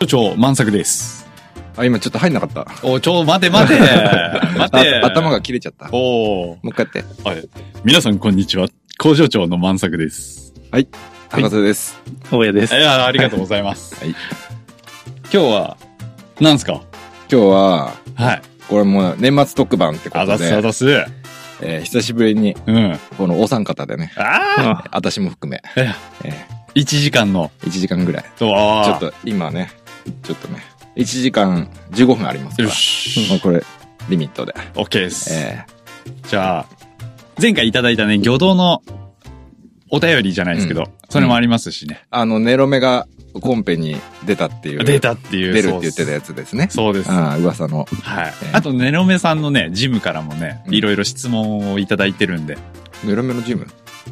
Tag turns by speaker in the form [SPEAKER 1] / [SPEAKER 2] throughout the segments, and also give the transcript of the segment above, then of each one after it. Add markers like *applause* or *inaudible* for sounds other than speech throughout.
[SPEAKER 1] 所長満作です。
[SPEAKER 2] あ、今ちょっと入んなかった。
[SPEAKER 1] お、ちょ、待て *laughs* 待て待て
[SPEAKER 2] あ頭が切れちゃった。も
[SPEAKER 1] おお
[SPEAKER 2] う一回やって。
[SPEAKER 1] 皆さんこんにちは。工場長の満作です。はい
[SPEAKER 2] 博士です。
[SPEAKER 3] 大家です
[SPEAKER 1] い。や、ありがとうございます。
[SPEAKER 2] はい
[SPEAKER 1] *laughs* 今日は、なんすか
[SPEAKER 2] 今日は、
[SPEAKER 1] はい。
[SPEAKER 2] これもう年末特番ってこ
[SPEAKER 1] あざ
[SPEAKER 2] と
[SPEAKER 1] っすあ
[SPEAKER 2] で、
[SPEAKER 1] ざっす。うん。
[SPEAKER 2] えー久しぶりに、
[SPEAKER 1] あ
[SPEAKER 2] このお三方でね、
[SPEAKER 1] あ
[SPEAKER 3] あ
[SPEAKER 2] 私も含め、
[SPEAKER 1] いや
[SPEAKER 2] え
[SPEAKER 1] !1 時間の。
[SPEAKER 2] 1時間ぐらい。
[SPEAKER 1] ちょ
[SPEAKER 2] ちょっと今ね、ちょっとね、1時間15分ありますか
[SPEAKER 1] よ
[SPEAKER 2] ら、
[SPEAKER 1] し
[SPEAKER 2] もう。これ、リミットで。
[SPEAKER 1] OK です。
[SPEAKER 2] え
[SPEAKER 1] じゃあ、前回いただいたね、魚道のお便りじゃないですけど、それもありますしね
[SPEAKER 2] ー。あの、ネロメがコンペに出たっていう。
[SPEAKER 1] 出たっていう。
[SPEAKER 2] 出るって言ってた
[SPEAKER 1] ね
[SPEAKER 2] やつですね。
[SPEAKER 1] そうです。
[SPEAKER 2] ああ、噂の。
[SPEAKER 1] はい
[SPEAKER 2] え。ー
[SPEAKER 1] あと、ネロメさんのね、ジムからもね、
[SPEAKER 2] うん
[SPEAKER 1] いろいろ質問をいただいてるんで。
[SPEAKER 2] ネロメのジム。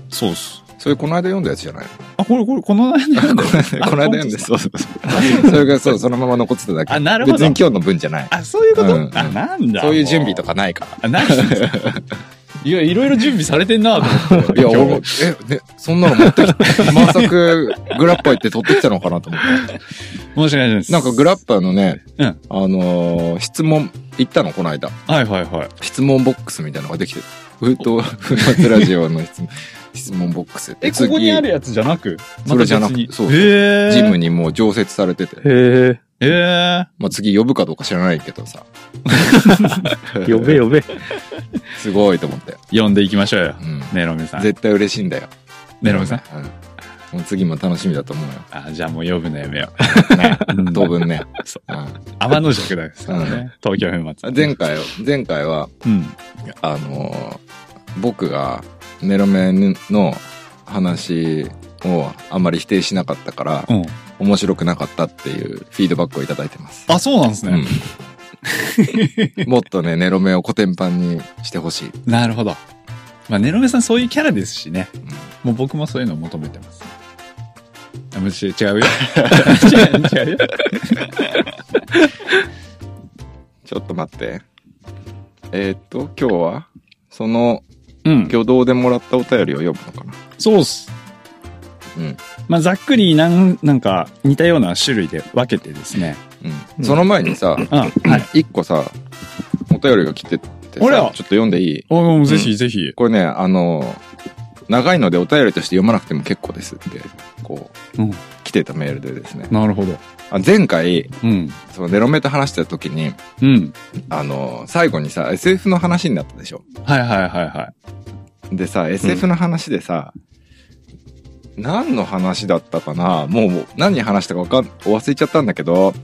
[SPEAKER 1] そうっす。
[SPEAKER 2] それこの間読んだやつじゃない
[SPEAKER 1] あ、これ、これ、この間
[SPEAKER 2] の *laughs* この間読んで、そうそ
[SPEAKER 1] *laughs*
[SPEAKER 2] うそう。それがそう、そのまま残ってただけ。
[SPEAKER 1] あなるほど
[SPEAKER 2] 別に今日の分じゃない。
[SPEAKER 1] あ、そういうこと、
[SPEAKER 2] うんうん
[SPEAKER 1] あ、なんだ。
[SPEAKER 2] そういう準備と
[SPEAKER 1] か。
[SPEAKER 2] かないか
[SPEAKER 1] あ、ない
[SPEAKER 2] *laughs*
[SPEAKER 1] いや、いろいろ準備されてんなと思っ
[SPEAKER 2] ら。
[SPEAKER 1] て。
[SPEAKER 2] いや、
[SPEAKER 1] 今日
[SPEAKER 2] 俺、え、ね、そんなの持ってき
[SPEAKER 1] *laughs*
[SPEAKER 2] た。まさかグラッパー行って取ってきたのかなと思っ
[SPEAKER 1] 申し訳ないで
[SPEAKER 2] て。
[SPEAKER 1] す。
[SPEAKER 2] なんかグラッパーのね、
[SPEAKER 1] うん
[SPEAKER 2] あのー質問、行ったのこの間。
[SPEAKER 1] はいはいはい。
[SPEAKER 2] 質問ボックスみたいなのができてる。ふと、ふまつラジオの
[SPEAKER 1] *laughs*
[SPEAKER 2] 質問、質問ボックス。
[SPEAKER 1] え、こ
[SPEAKER 2] 次
[SPEAKER 1] こにあるやつじゃなく
[SPEAKER 2] それじゃなく
[SPEAKER 1] また別に
[SPEAKER 2] そう
[SPEAKER 1] へー
[SPEAKER 2] ジムにもう常設されてて。
[SPEAKER 3] へ
[SPEAKER 1] へ
[SPEAKER 2] *laughs*
[SPEAKER 1] ー
[SPEAKER 2] まあ、次呼ぶかどうか知らないけどさ。
[SPEAKER 3] え。呼べ呼べ。
[SPEAKER 2] すごいと思って。
[SPEAKER 1] 呼んでいきましょうよ
[SPEAKER 2] う。ん。
[SPEAKER 1] ネロメさん。
[SPEAKER 2] 絶対嬉しいんだよ。
[SPEAKER 1] ネロメさん。
[SPEAKER 2] うん。もう次も楽しみだと思うよ。
[SPEAKER 1] あ、じゃあもう呼ぶのやめよ
[SPEAKER 2] *laughs* ね。
[SPEAKER 1] う。うん
[SPEAKER 2] 当分 *laughs* ね。
[SPEAKER 1] そ
[SPEAKER 2] うん
[SPEAKER 1] 天の尺だですからね。東京編末。
[SPEAKER 2] 前回、前回は、
[SPEAKER 1] うん。
[SPEAKER 2] あのー僕がネロメの話をあんまり否定しなかったから、
[SPEAKER 1] うん。
[SPEAKER 2] 面白くなかったっていうフィードバックをいただいて *laughs* ます。
[SPEAKER 1] あ、そうなんですね。
[SPEAKER 2] うんもっとね、ネロメをコテンパンにしてほしい。
[SPEAKER 1] なるほど。まあ、ネロメさんそういうキャラですしね。
[SPEAKER 2] うん
[SPEAKER 1] もう僕もそういうのを求めてます。あ、むし違うよ。違う、違うよ。
[SPEAKER 2] ちょっと待って。えーっと、今日は、その、
[SPEAKER 1] うん。
[SPEAKER 2] 挙動でもらったお便りを読むのかな。
[SPEAKER 1] そうっす。
[SPEAKER 2] うん。
[SPEAKER 1] まあ、ざっくりなん、なんか、似たような種類で分けてですね。
[SPEAKER 2] うん。その前にさ、
[SPEAKER 1] うん。はい。
[SPEAKER 2] 一個さ、お便りが来ててさ、
[SPEAKER 1] ほ
[SPEAKER 2] ち
[SPEAKER 1] ら
[SPEAKER 2] ょっと読んでいい
[SPEAKER 1] おもうぜ
[SPEAKER 2] う
[SPEAKER 1] ひぜひ。
[SPEAKER 2] これね、あの、長いのでお便りとして読まなくても結構ですって、こう、
[SPEAKER 1] うん
[SPEAKER 2] 来てたメールでですね。
[SPEAKER 1] なるほど。
[SPEAKER 2] あ前回、
[SPEAKER 1] うん。
[SPEAKER 2] そのネロメと話してた時に、
[SPEAKER 1] うん。
[SPEAKER 2] あの、最後にさ、SF の話になったでしょ。
[SPEAKER 1] はいはいはいはい。
[SPEAKER 2] でさ、SF の話でさ、何の話だったかなもう何話したかわかん、お忘れちゃったんだけど、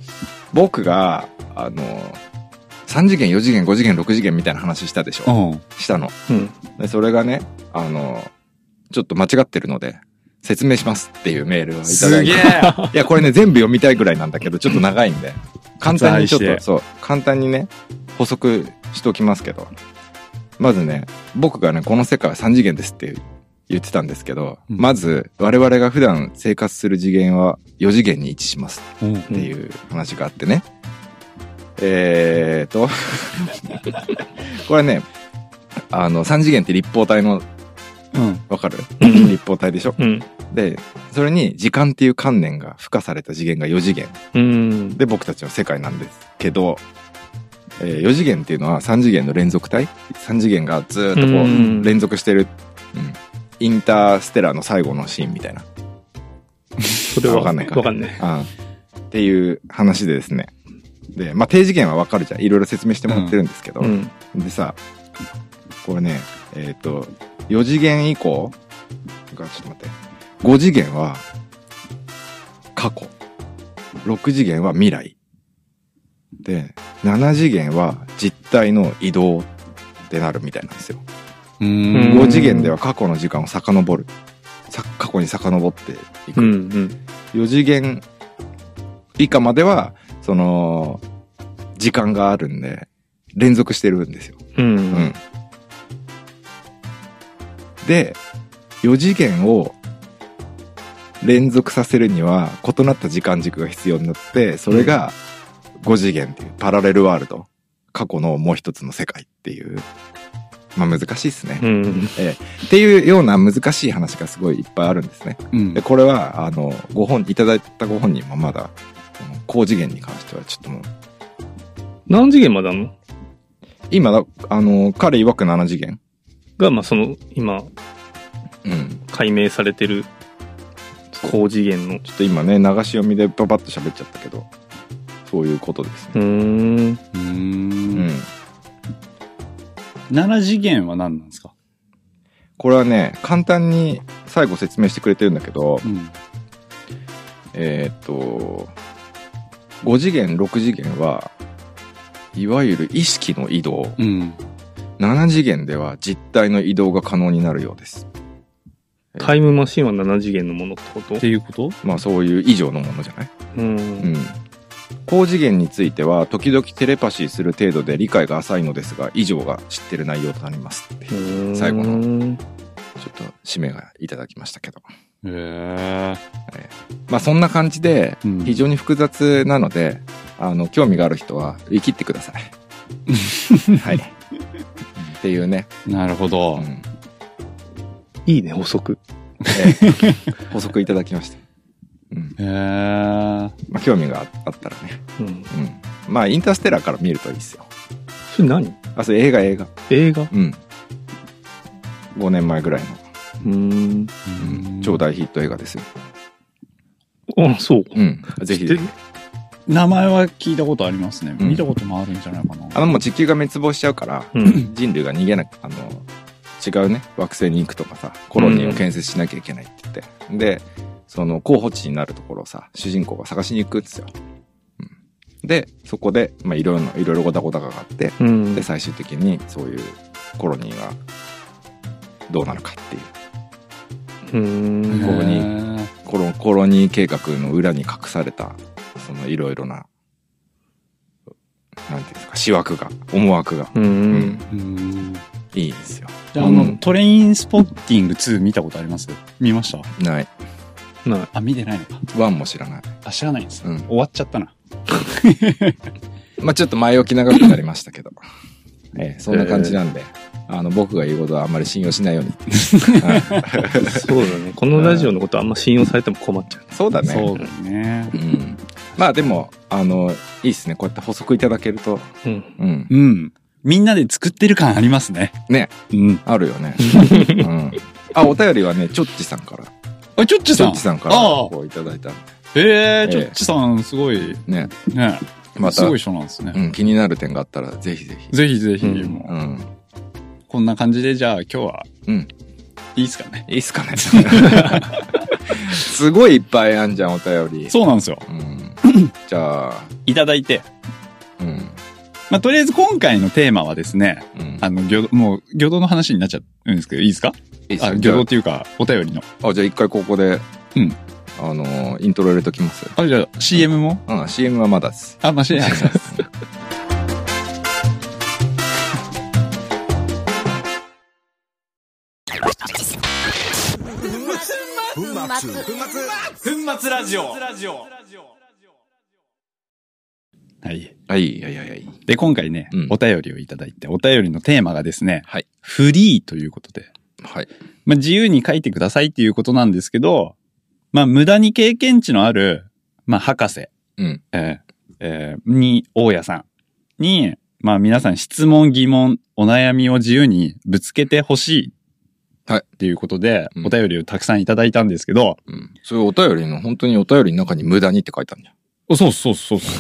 [SPEAKER 2] 僕が、あの、3次元、4次元、5次元、6次元みたいな話したでし
[SPEAKER 1] う
[SPEAKER 2] ょ
[SPEAKER 1] ん。
[SPEAKER 2] したの。
[SPEAKER 3] うん。
[SPEAKER 2] で、それがね、あの、ちょっと間違ってるので、説明しますっていうメールをいただ
[SPEAKER 1] す
[SPEAKER 2] い
[SPEAKER 1] げ
[SPEAKER 2] て。
[SPEAKER 1] え
[SPEAKER 2] いや、これね、全部読みたいぐらいなんだけど、ちょっと長いんで。簡単にちょっ
[SPEAKER 1] 割愛して
[SPEAKER 2] と、そう、簡単にね、補足しておきますけど。まずね、僕がね、この世界は3次元ですって言ってたんですけど、
[SPEAKER 1] うん
[SPEAKER 2] まず、我々が普段生活する次元は4次元に位置します
[SPEAKER 1] うん。
[SPEAKER 2] っていう話があってね。えーと、 *laughs* これね、あの、3次元って立方体の
[SPEAKER 1] うん。
[SPEAKER 2] わかる
[SPEAKER 3] うん
[SPEAKER 2] 立方体でしょ
[SPEAKER 3] うん。
[SPEAKER 2] で、それに時間っていう観念が付加された次元が4次元
[SPEAKER 3] うん。
[SPEAKER 2] で僕たちの世界なんですけど、えー4次元っていうのは3次元の連続体 ?3 次元がずーっとこ
[SPEAKER 3] うん
[SPEAKER 2] う連続してる、うんインターステラーの最後のシーンみたいな。
[SPEAKER 3] それは
[SPEAKER 2] わかんないか
[SPEAKER 3] わかんない。
[SPEAKER 2] あーっていう話でですね。で、まあ、低次元はわかるじゃん。いろいろ説明してもらってるんですけど。
[SPEAKER 3] うん。
[SPEAKER 2] でさ、これね、えっ、と、4次元以降が、ちょっと待って。5次元は、過去。6次元は未来。で、7次元は実体の移動ってなるみたいなんですよ。
[SPEAKER 1] う。
[SPEAKER 3] うん
[SPEAKER 2] 5次元では過去の時間を遡る。さ過去に遡っていく。
[SPEAKER 3] うん。うん。
[SPEAKER 2] 4次元以下までは、その、時間があるんで、連続してるんですよ。
[SPEAKER 3] う。
[SPEAKER 2] うんん。で、4次元を連続させるには異なった時間軸が必要になって、それが5次元っていうパラレルワールド。過去のもう一つの世界っていう。まあ難しいですね。
[SPEAKER 3] うん。
[SPEAKER 2] っていうような難しい話がすごいいっぱいあるんですね。
[SPEAKER 1] うん
[SPEAKER 2] で、これは、あの、ご本、いただいたご本人もまだ、あの高次元に関してはちょっともう、
[SPEAKER 3] 何次元まであんの
[SPEAKER 2] 今だ、あの、彼曰く7次元。
[SPEAKER 3] が、まあ、その、今、
[SPEAKER 2] うん。
[SPEAKER 3] 解明されてる、高次元の。う
[SPEAKER 2] ちょっと今ね、流し読みでパパッと喋っちゃったけど、そういうことですね。
[SPEAKER 3] ーん。
[SPEAKER 1] う。
[SPEAKER 2] うんん。
[SPEAKER 1] 7次元は何なんですか
[SPEAKER 2] これはね、簡単に最後説明してくれてるんだけど、
[SPEAKER 1] うん。
[SPEAKER 2] えーっと、5次元、6次元は、いわゆる意識の移動。
[SPEAKER 1] うん。
[SPEAKER 2] 7次元では実体の移動が可能になるようです。
[SPEAKER 3] タイムマシンは7次元のものってこと
[SPEAKER 1] っていうこと
[SPEAKER 2] まあそういう以上のものじゃない
[SPEAKER 3] うん。
[SPEAKER 2] うん。高次元については、時々テレパシーする程度で理解が浅いのですが、以上が知ってる内容となります。ちょ
[SPEAKER 3] うん
[SPEAKER 2] 最後
[SPEAKER 3] の。
[SPEAKER 2] っと締めがいただきましたけど。
[SPEAKER 1] へえ。
[SPEAKER 2] まあそんな感じで、
[SPEAKER 1] うん
[SPEAKER 2] 非常に複雑なので、あの、興味がある人は、言い切ってください。はい。っていうね。
[SPEAKER 1] なるほど *laughs*
[SPEAKER 2] う。ん
[SPEAKER 3] いいね、補足。
[SPEAKER 2] ええ補足いただきました。うん。
[SPEAKER 1] へえ。
[SPEAKER 2] まあ、興味があったらね。
[SPEAKER 3] うん。
[SPEAKER 2] うん。まあ、インターステラーから見るといいですよ。
[SPEAKER 3] それ何
[SPEAKER 2] あ、それ映画映画。
[SPEAKER 3] 映画
[SPEAKER 2] うん。5年前ぐらいの、
[SPEAKER 3] うん。
[SPEAKER 1] うん
[SPEAKER 2] 超大ヒット映画ですよ。
[SPEAKER 3] あ、そう。
[SPEAKER 2] うん。ぜひ
[SPEAKER 3] 知っ。てる
[SPEAKER 1] 名前は聞いたことありますね。
[SPEAKER 2] うん
[SPEAKER 1] 見たこともあるんじゃないかな。
[SPEAKER 2] あの、もう地球が滅亡しちゃうから、
[SPEAKER 3] うん。
[SPEAKER 2] 人類が逃げなく、あの、違うね、惑星に行くとかさ、コロニーを建設しなきゃいけないって言って。で、その候補地になるところをさ、主人公が探しに行くんですよ。うん、で、そこで、まあ、いろいろな、いろいろごたごたがあって、
[SPEAKER 3] うん
[SPEAKER 2] で、。最終的にそういうコロニーがどうなるかっていう、
[SPEAKER 3] うん。
[SPEAKER 2] ここに
[SPEAKER 1] へー
[SPEAKER 2] コロコロニー計画の裏に隠された、そのいろいろな、なんていうんですか、思惑が、思惑が、う
[SPEAKER 3] う
[SPEAKER 2] ん、
[SPEAKER 3] ん。
[SPEAKER 1] うん。
[SPEAKER 2] いいんですよ。
[SPEAKER 1] じゃあ、あ
[SPEAKER 2] う
[SPEAKER 1] の、
[SPEAKER 2] ん
[SPEAKER 1] トレインスポッティング2見たことあります見ました
[SPEAKER 2] ない。
[SPEAKER 3] な
[SPEAKER 1] あ、見てないのか。
[SPEAKER 2] ワンも知らない。
[SPEAKER 1] あ、知らないんですね。
[SPEAKER 2] うん
[SPEAKER 1] 終わっちゃったな。
[SPEAKER 2] まあちょっと前置き長くなりましたけど。ええ、そんな感じなんで、あの、僕が言うことはあんまり信用しないよ
[SPEAKER 1] *laughs*
[SPEAKER 2] うにっていう。はい
[SPEAKER 3] い。そうだ *laughs* ね。このラジオのことあんま信用されても困っちゃう。
[SPEAKER 2] そうだね。
[SPEAKER 1] そうだね
[SPEAKER 2] う。ん。まあでも、あの、いいっすね。こうやって補足いただけると、
[SPEAKER 3] うん。
[SPEAKER 2] うん。
[SPEAKER 1] うん。みんなで作ってる感ありますね。
[SPEAKER 2] ね。
[SPEAKER 1] うん。
[SPEAKER 2] ある
[SPEAKER 1] *laughs*
[SPEAKER 2] よね。うん。あ、お便りはね、ちょっちさんから。
[SPEAKER 1] あ、ちょっち
[SPEAKER 2] ち
[SPEAKER 1] さ
[SPEAKER 2] ょ
[SPEAKER 1] ん。
[SPEAKER 2] っちさんから、
[SPEAKER 1] ああ
[SPEAKER 2] こういただいたんで
[SPEAKER 1] ええ
[SPEAKER 2] え
[SPEAKER 1] ちょっちさん、すごい、
[SPEAKER 2] ね。
[SPEAKER 1] ね。
[SPEAKER 2] また、
[SPEAKER 1] すごいう人なんですね。
[SPEAKER 2] ん、気になる点があったら、ぜひぜひ。
[SPEAKER 1] ぜひぜひ、
[SPEAKER 3] うん
[SPEAKER 1] もう
[SPEAKER 2] うん。
[SPEAKER 1] こんな感じで、じゃあ今日は、
[SPEAKER 2] うん。
[SPEAKER 1] いいですかね。
[SPEAKER 2] いいっすかね。 *laughs* すごいいっぱいあんじゃん、お便
[SPEAKER 1] *laughs*
[SPEAKER 2] り。
[SPEAKER 1] そうなんですよ。
[SPEAKER 2] うん。じゃあ、
[SPEAKER 1] いただいて。
[SPEAKER 2] うん。
[SPEAKER 1] まあ、とりあえず今回のテーマはですね、
[SPEAKER 2] うん。
[SPEAKER 1] あの、魚道、もう、魚道の話になっちゃうんですけど、いいですか
[SPEAKER 2] いいっす
[SPEAKER 1] あ、
[SPEAKER 2] よ
[SPEAKER 1] 魚道っていうか、お便りの。
[SPEAKER 2] あ、じゃあ一回ここで、
[SPEAKER 1] うん
[SPEAKER 2] あのー、イントロ入れときます。
[SPEAKER 1] あ、じゃあ CM も
[SPEAKER 2] うん、CM はまだです。
[SPEAKER 1] あ、まあ、CM 粉末ラジオはい。
[SPEAKER 2] はい、はい、はい、はい。
[SPEAKER 1] で、今回ね、
[SPEAKER 2] うん
[SPEAKER 1] お便りをいただいて、お便りのテーマがですね、
[SPEAKER 2] はい
[SPEAKER 1] フリーということで、
[SPEAKER 2] はい。
[SPEAKER 1] まあ、自由に書いてくださいっていうことなんですけど、まあ、無駄に経験値のある、まあ、博士、
[SPEAKER 2] うん
[SPEAKER 1] えーえーに、大家さんに、まあ、皆さん質問、疑問、お悩みを自由にぶつけてほしい。
[SPEAKER 2] はい
[SPEAKER 1] っていうことで、
[SPEAKER 2] うん
[SPEAKER 1] お便りをたくさんいただいたんですけど、
[SPEAKER 2] うん。それお便りの、本当にお便りの中に無駄にって書いたんじゃん。
[SPEAKER 1] おそうそうそうそう。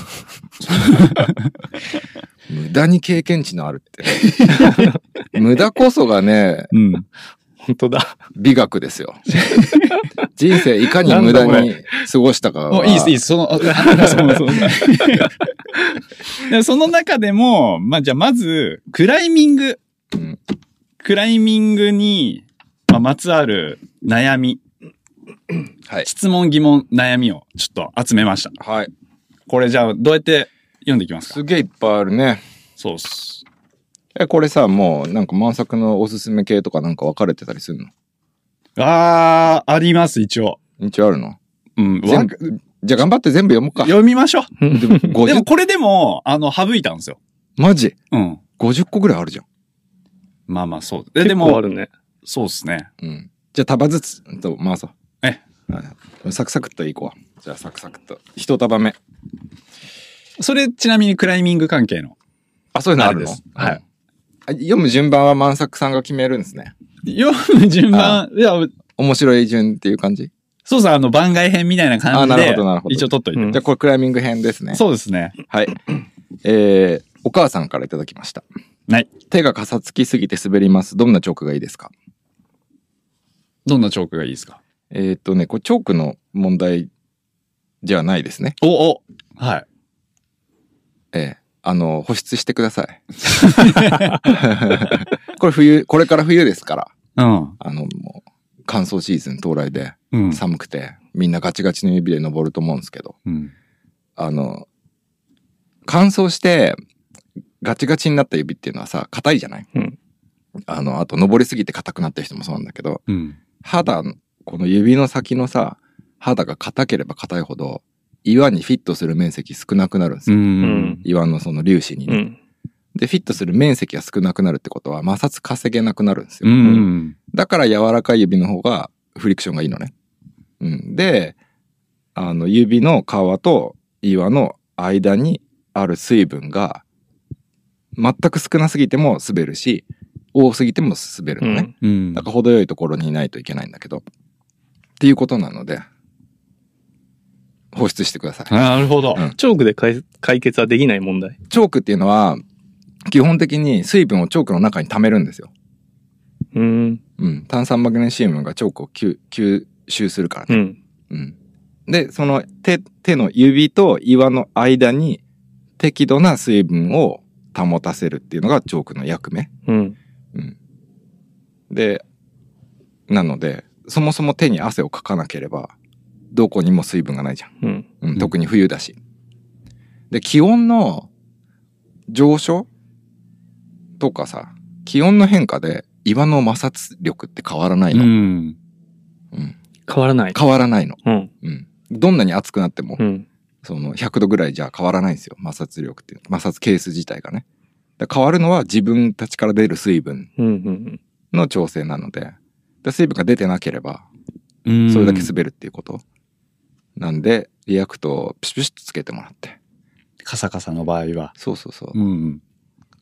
[SPEAKER 2] 無駄に経験値のある *laughs* って。無駄こそがね、
[SPEAKER 1] うん。
[SPEAKER 3] 本当だ。
[SPEAKER 2] 美学です *laughs* よ。人生いかに無駄に過ごしたか
[SPEAKER 1] も
[SPEAKER 2] が。
[SPEAKER 1] ういいです、いいです。その、あ *laughs* そうそうそう *laughs* でその中でも、まあ、じゃあまず、クライミング。
[SPEAKER 2] うん
[SPEAKER 1] クライミングに、まあ、まつわる悩み、
[SPEAKER 2] はい。
[SPEAKER 1] 質問、疑問、悩みをちょっと集めました。
[SPEAKER 2] はい。
[SPEAKER 1] これじゃあ、どうやって読んでいきますか
[SPEAKER 2] すげえいっぱいあるね。
[SPEAKER 1] そうっす。
[SPEAKER 2] え、これさ、もう、なんか満作のおすすめ系とかなんか分かれてたりするの
[SPEAKER 1] あー、あります、一応。
[SPEAKER 2] 一応あるの
[SPEAKER 1] うん。わ
[SPEAKER 2] 全部じゃあ頑張って全部読もうか。
[SPEAKER 1] 読みましょ
[SPEAKER 2] でも50
[SPEAKER 1] う。でも、これでも、あの、省いたんですよ。
[SPEAKER 2] マジ
[SPEAKER 1] うん。
[SPEAKER 2] 50個ぐらいあるじゃん。
[SPEAKER 1] まあまあ、そう。で、
[SPEAKER 3] 結
[SPEAKER 1] で
[SPEAKER 3] 構あ
[SPEAKER 1] も、
[SPEAKER 3] るね。
[SPEAKER 1] そうっすね。
[SPEAKER 2] うん。じゃあ束ずつ、うんと回そう。
[SPEAKER 1] え、
[SPEAKER 2] はいサクサクっといこう。じゃあサクサクっと。一束目。
[SPEAKER 1] それ、ちなみにクライミング関係の。
[SPEAKER 2] あ、そういうのあるの
[SPEAKER 1] あるんですはい
[SPEAKER 2] あ読む順番は万作さんが決めるんですね。
[SPEAKER 1] 読む順番、いや、
[SPEAKER 2] 面白い順っていう感じ、
[SPEAKER 1] そうさ、あの、番外編みたいな
[SPEAKER 2] あ
[SPEAKER 1] 感じ
[SPEAKER 2] なる
[SPEAKER 1] で
[SPEAKER 2] ほどなるほ、ど
[SPEAKER 1] 一応取っといて。
[SPEAKER 3] うん
[SPEAKER 2] じゃあこれクライミング編ですね。
[SPEAKER 1] そうですね。
[SPEAKER 2] はい。えー、お母さんからいただきました。
[SPEAKER 1] はい。
[SPEAKER 2] 手がかさつきすぎて滑ります。どんなチョークがいいですか
[SPEAKER 1] どんなチョークがいいですか
[SPEAKER 2] えー、っとね、これチョークの問題じゃないですね。
[SPEAKER 1] お、お、はい。
[SPEAKER 2] ええあの、保湿してください。 *laughs* これ冬、これから冬ですから。
[SPEAKER 1] うん。
[SPEAKER 2] あの、もう、乾燥シーズン到来で、
[SPEAKER 1] うん。
[SPEAKER 2] 寒くて、みんなガチガチの指で登ると思うんですけど、
[SPEAKER 1] うん。
[SPEAKER 2] あの、乾燥して、ガチガチになった指っていうのはさ、硬いじゃない、
[SPEAKER 3] うん
[SPEAKER 2] あの、あと登りすぎて硬くなった人もそうなんだけど、
[SPEAKER 1] うん。
[SPEAKER 2] 肌の、この指の先のさ、肌が硬ければ硬いほど、岩にフィットする面積少なくなるんです
[SPEAKER 1] う
[SPEAKER 2] よ。
[SPEAKER 1] ん。
[SPEAKER 2] 岩のその粒子にね、
[SPEAKER 3] うん。
[SPEAKER 2] で、フィットする面積が少なくなるってことは摩擦稼げなくなるんですよ。
[SPEAKER 1] うん。
[SPEAKER 2] だから柔らかい指の方がフリクションがいいのね。うん。で、あの、指の皮と岩の間にある水分が全く少なすぎても滑るし、多すぎても滑る
[SPEAKER 3] う
[SPEAKER 2] のね。
[SPEAKER 3] ん。
[SPEAKER 1] うん
[SPEAKER 2] だ。から程よいところにいないといけないんだけど。っていうことなので、保湿してください。
[SPEAKER 1] あなるほど。
[SPEAKER 2] うん
[SPEAKER 3] チョークで解解決はできない問題。
[SPEAKER 2] チョークっていうのは、基本的に水分をチョークの中に溜めるんですよ。
[SPEAKER 3] うん。
[SPEAKER 2] うん、炭酸マグネシウムがチョークを吸吸収するから
[SPEAKER 3] う
[SPEAKER 2] ね。
[SPEAKER 3] ん。
[SPEAKER 2] うんで、その手、手の指と岩の間に適度な水分を保たせるっていうのがチョークの役目。
[SPEAKER 3] うん。
[SPEAKER 2] うん、で、なので、そもそも手に汗をかかなければ、どこにも水分がないじゃん。
[SPEAKER 3] うん。
[SPEAKER 2] う、
[SPEAKER 1] うんん
[SPEAKER 2] 特に冬だし。で、気温の上昇とかさ、気温の変化で岩の摩擦力って変わらないうの。
[SPEAKER 1] ん。
[SPEAKER 2] うん
[SPEAKER 3] 変わらない。
[SPEAKER 2] 変わらないの。
[SPEAKER 3] うん。
[SPEAKER 2] うん。どんなに暑くなっても、
[SPEAKER 3] うん。
[SPEAKER 2] その100度ぐらいじゃ変わらないんですよ。摩擦力っていう。摩擦ケース自体がね。だ変わるのは自分たちから出る水分
[SPEAKER 3] うん。うん。
[SPEAKER 2] の調整なので、で水分が出てなければ、
[SPEAKER 1] うん
[SPEAKER 2] それだけ滑るっていうこと。なんで、リアクトをピシュピシュっとつけてもらって。
[SPEAKER 1] カサカサの場合は。
[SPEAKER 2] そうそうそう。
[SPEAKER 1] うん。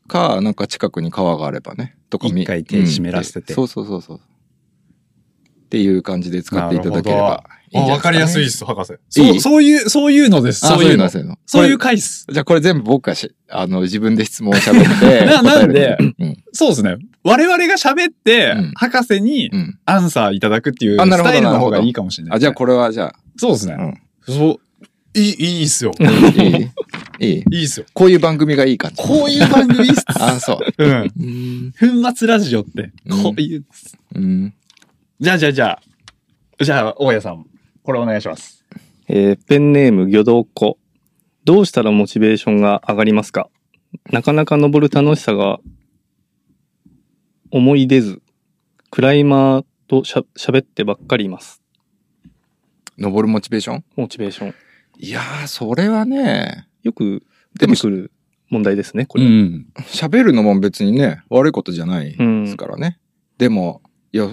[SPEAKER 2] か、なんか近くに川があればね、とかみ
[SPEAKER 1] 一回手
[SPEAKER 2] うん
[SPEAKER 1] 湿らせて
[SPEAKER 2] そうそうそうそう。っていう感じで使っていただければいいんじゃないですか、ね。
[SPEAKER 1] す、博士。
[SPEAKER 2] いい
[SPEAKER 1] そう、そういう、そういうのです。
[SPEAKER 2] あ。
[SPEAKER 1] そ
[SPEAKER 2] そううい
[SPEAKER 1] いうう
[SPEAKER 2] の、
[SPEAKER 1] の。
[SPEAKER 2] そういうの。
[SPEAKER 1] そういう回っす。
[SPEAKER 2] じゃあこれ全部僕がし、あの、自分で質問を喋って。
[SPEAKER 1] ななんで
[SPEAKER 2] 答えるうん。
[SPEAKER 1] そうですね。我々が喋って
[SPEAKER 2] うん、
[SPEAKER 1] 博士に
[SPEAKER 2] うん。
[SPEAKER 1] アンサーいただくっていう
[SPEAKER 2] あなる
[SPEAKER 1] ス
[SPEAKER 2] ほど
[SPEAKER 1] タイルの方
[SPEAKER 2] なる
[SPEAKER 1] が
[SPEAKER 2] ほど
[SPEAKER 1] いいかもしれない。
[SPEAKER 2] あ、じゃあこれはじゃ
[SPEAKER 1] そうです
[SPEAKER 2] あ、う
[SPEAKER 1] ね。
[SPEAKER 2] ん。
[SPEAKER 1] そう。いい、いいっすよ。
[SPEAKER 2] いいいい
[SPEAKER 1] いいっすよ。
[SPEAKER 2] こういう番組がいいかって。
[SPEAKER 1] こういう番組っ *laughs* す。
[SPEAKER 2] あ、そう。
[SPEAKER 1] うん。
[SPEAKER 2] うん。
[SPEAKER 1] 粉末ラジオって、
[SPEAKER 2] うん
[SPEAKER 1] こういう。
[SPEAKER 2] うん。
[SPEAKER 1] じゃあじゃあじゃあ、じゃあ、大家さん、これお願いします。
[SPEAKER 3] えーペンネーム魚道子。どうしたらモチベーションが上がりますかなかなか登る楽しさが思い出ず、クライマーとしゃ喋ってばっかりいます。
[SPEAKER 2] 登るモチベーション
[SPEAKER 3] モチベーション。
[SPEAKER 2] いやー、それはね、
[SPEAKER 3] よく
[SPEAKER 2] で
[SPEAKER 3] 出
[SPEAKER 2] も
[SPEAKER 3] てくる問題ですね、これ。
[SPEAKER 1] ん。
[SPEAKER 2] 喋るのも別にね、悪いことじゃない
[SPEAKER 3] うん
[SPEAKER 2] ですからね。でも、いや、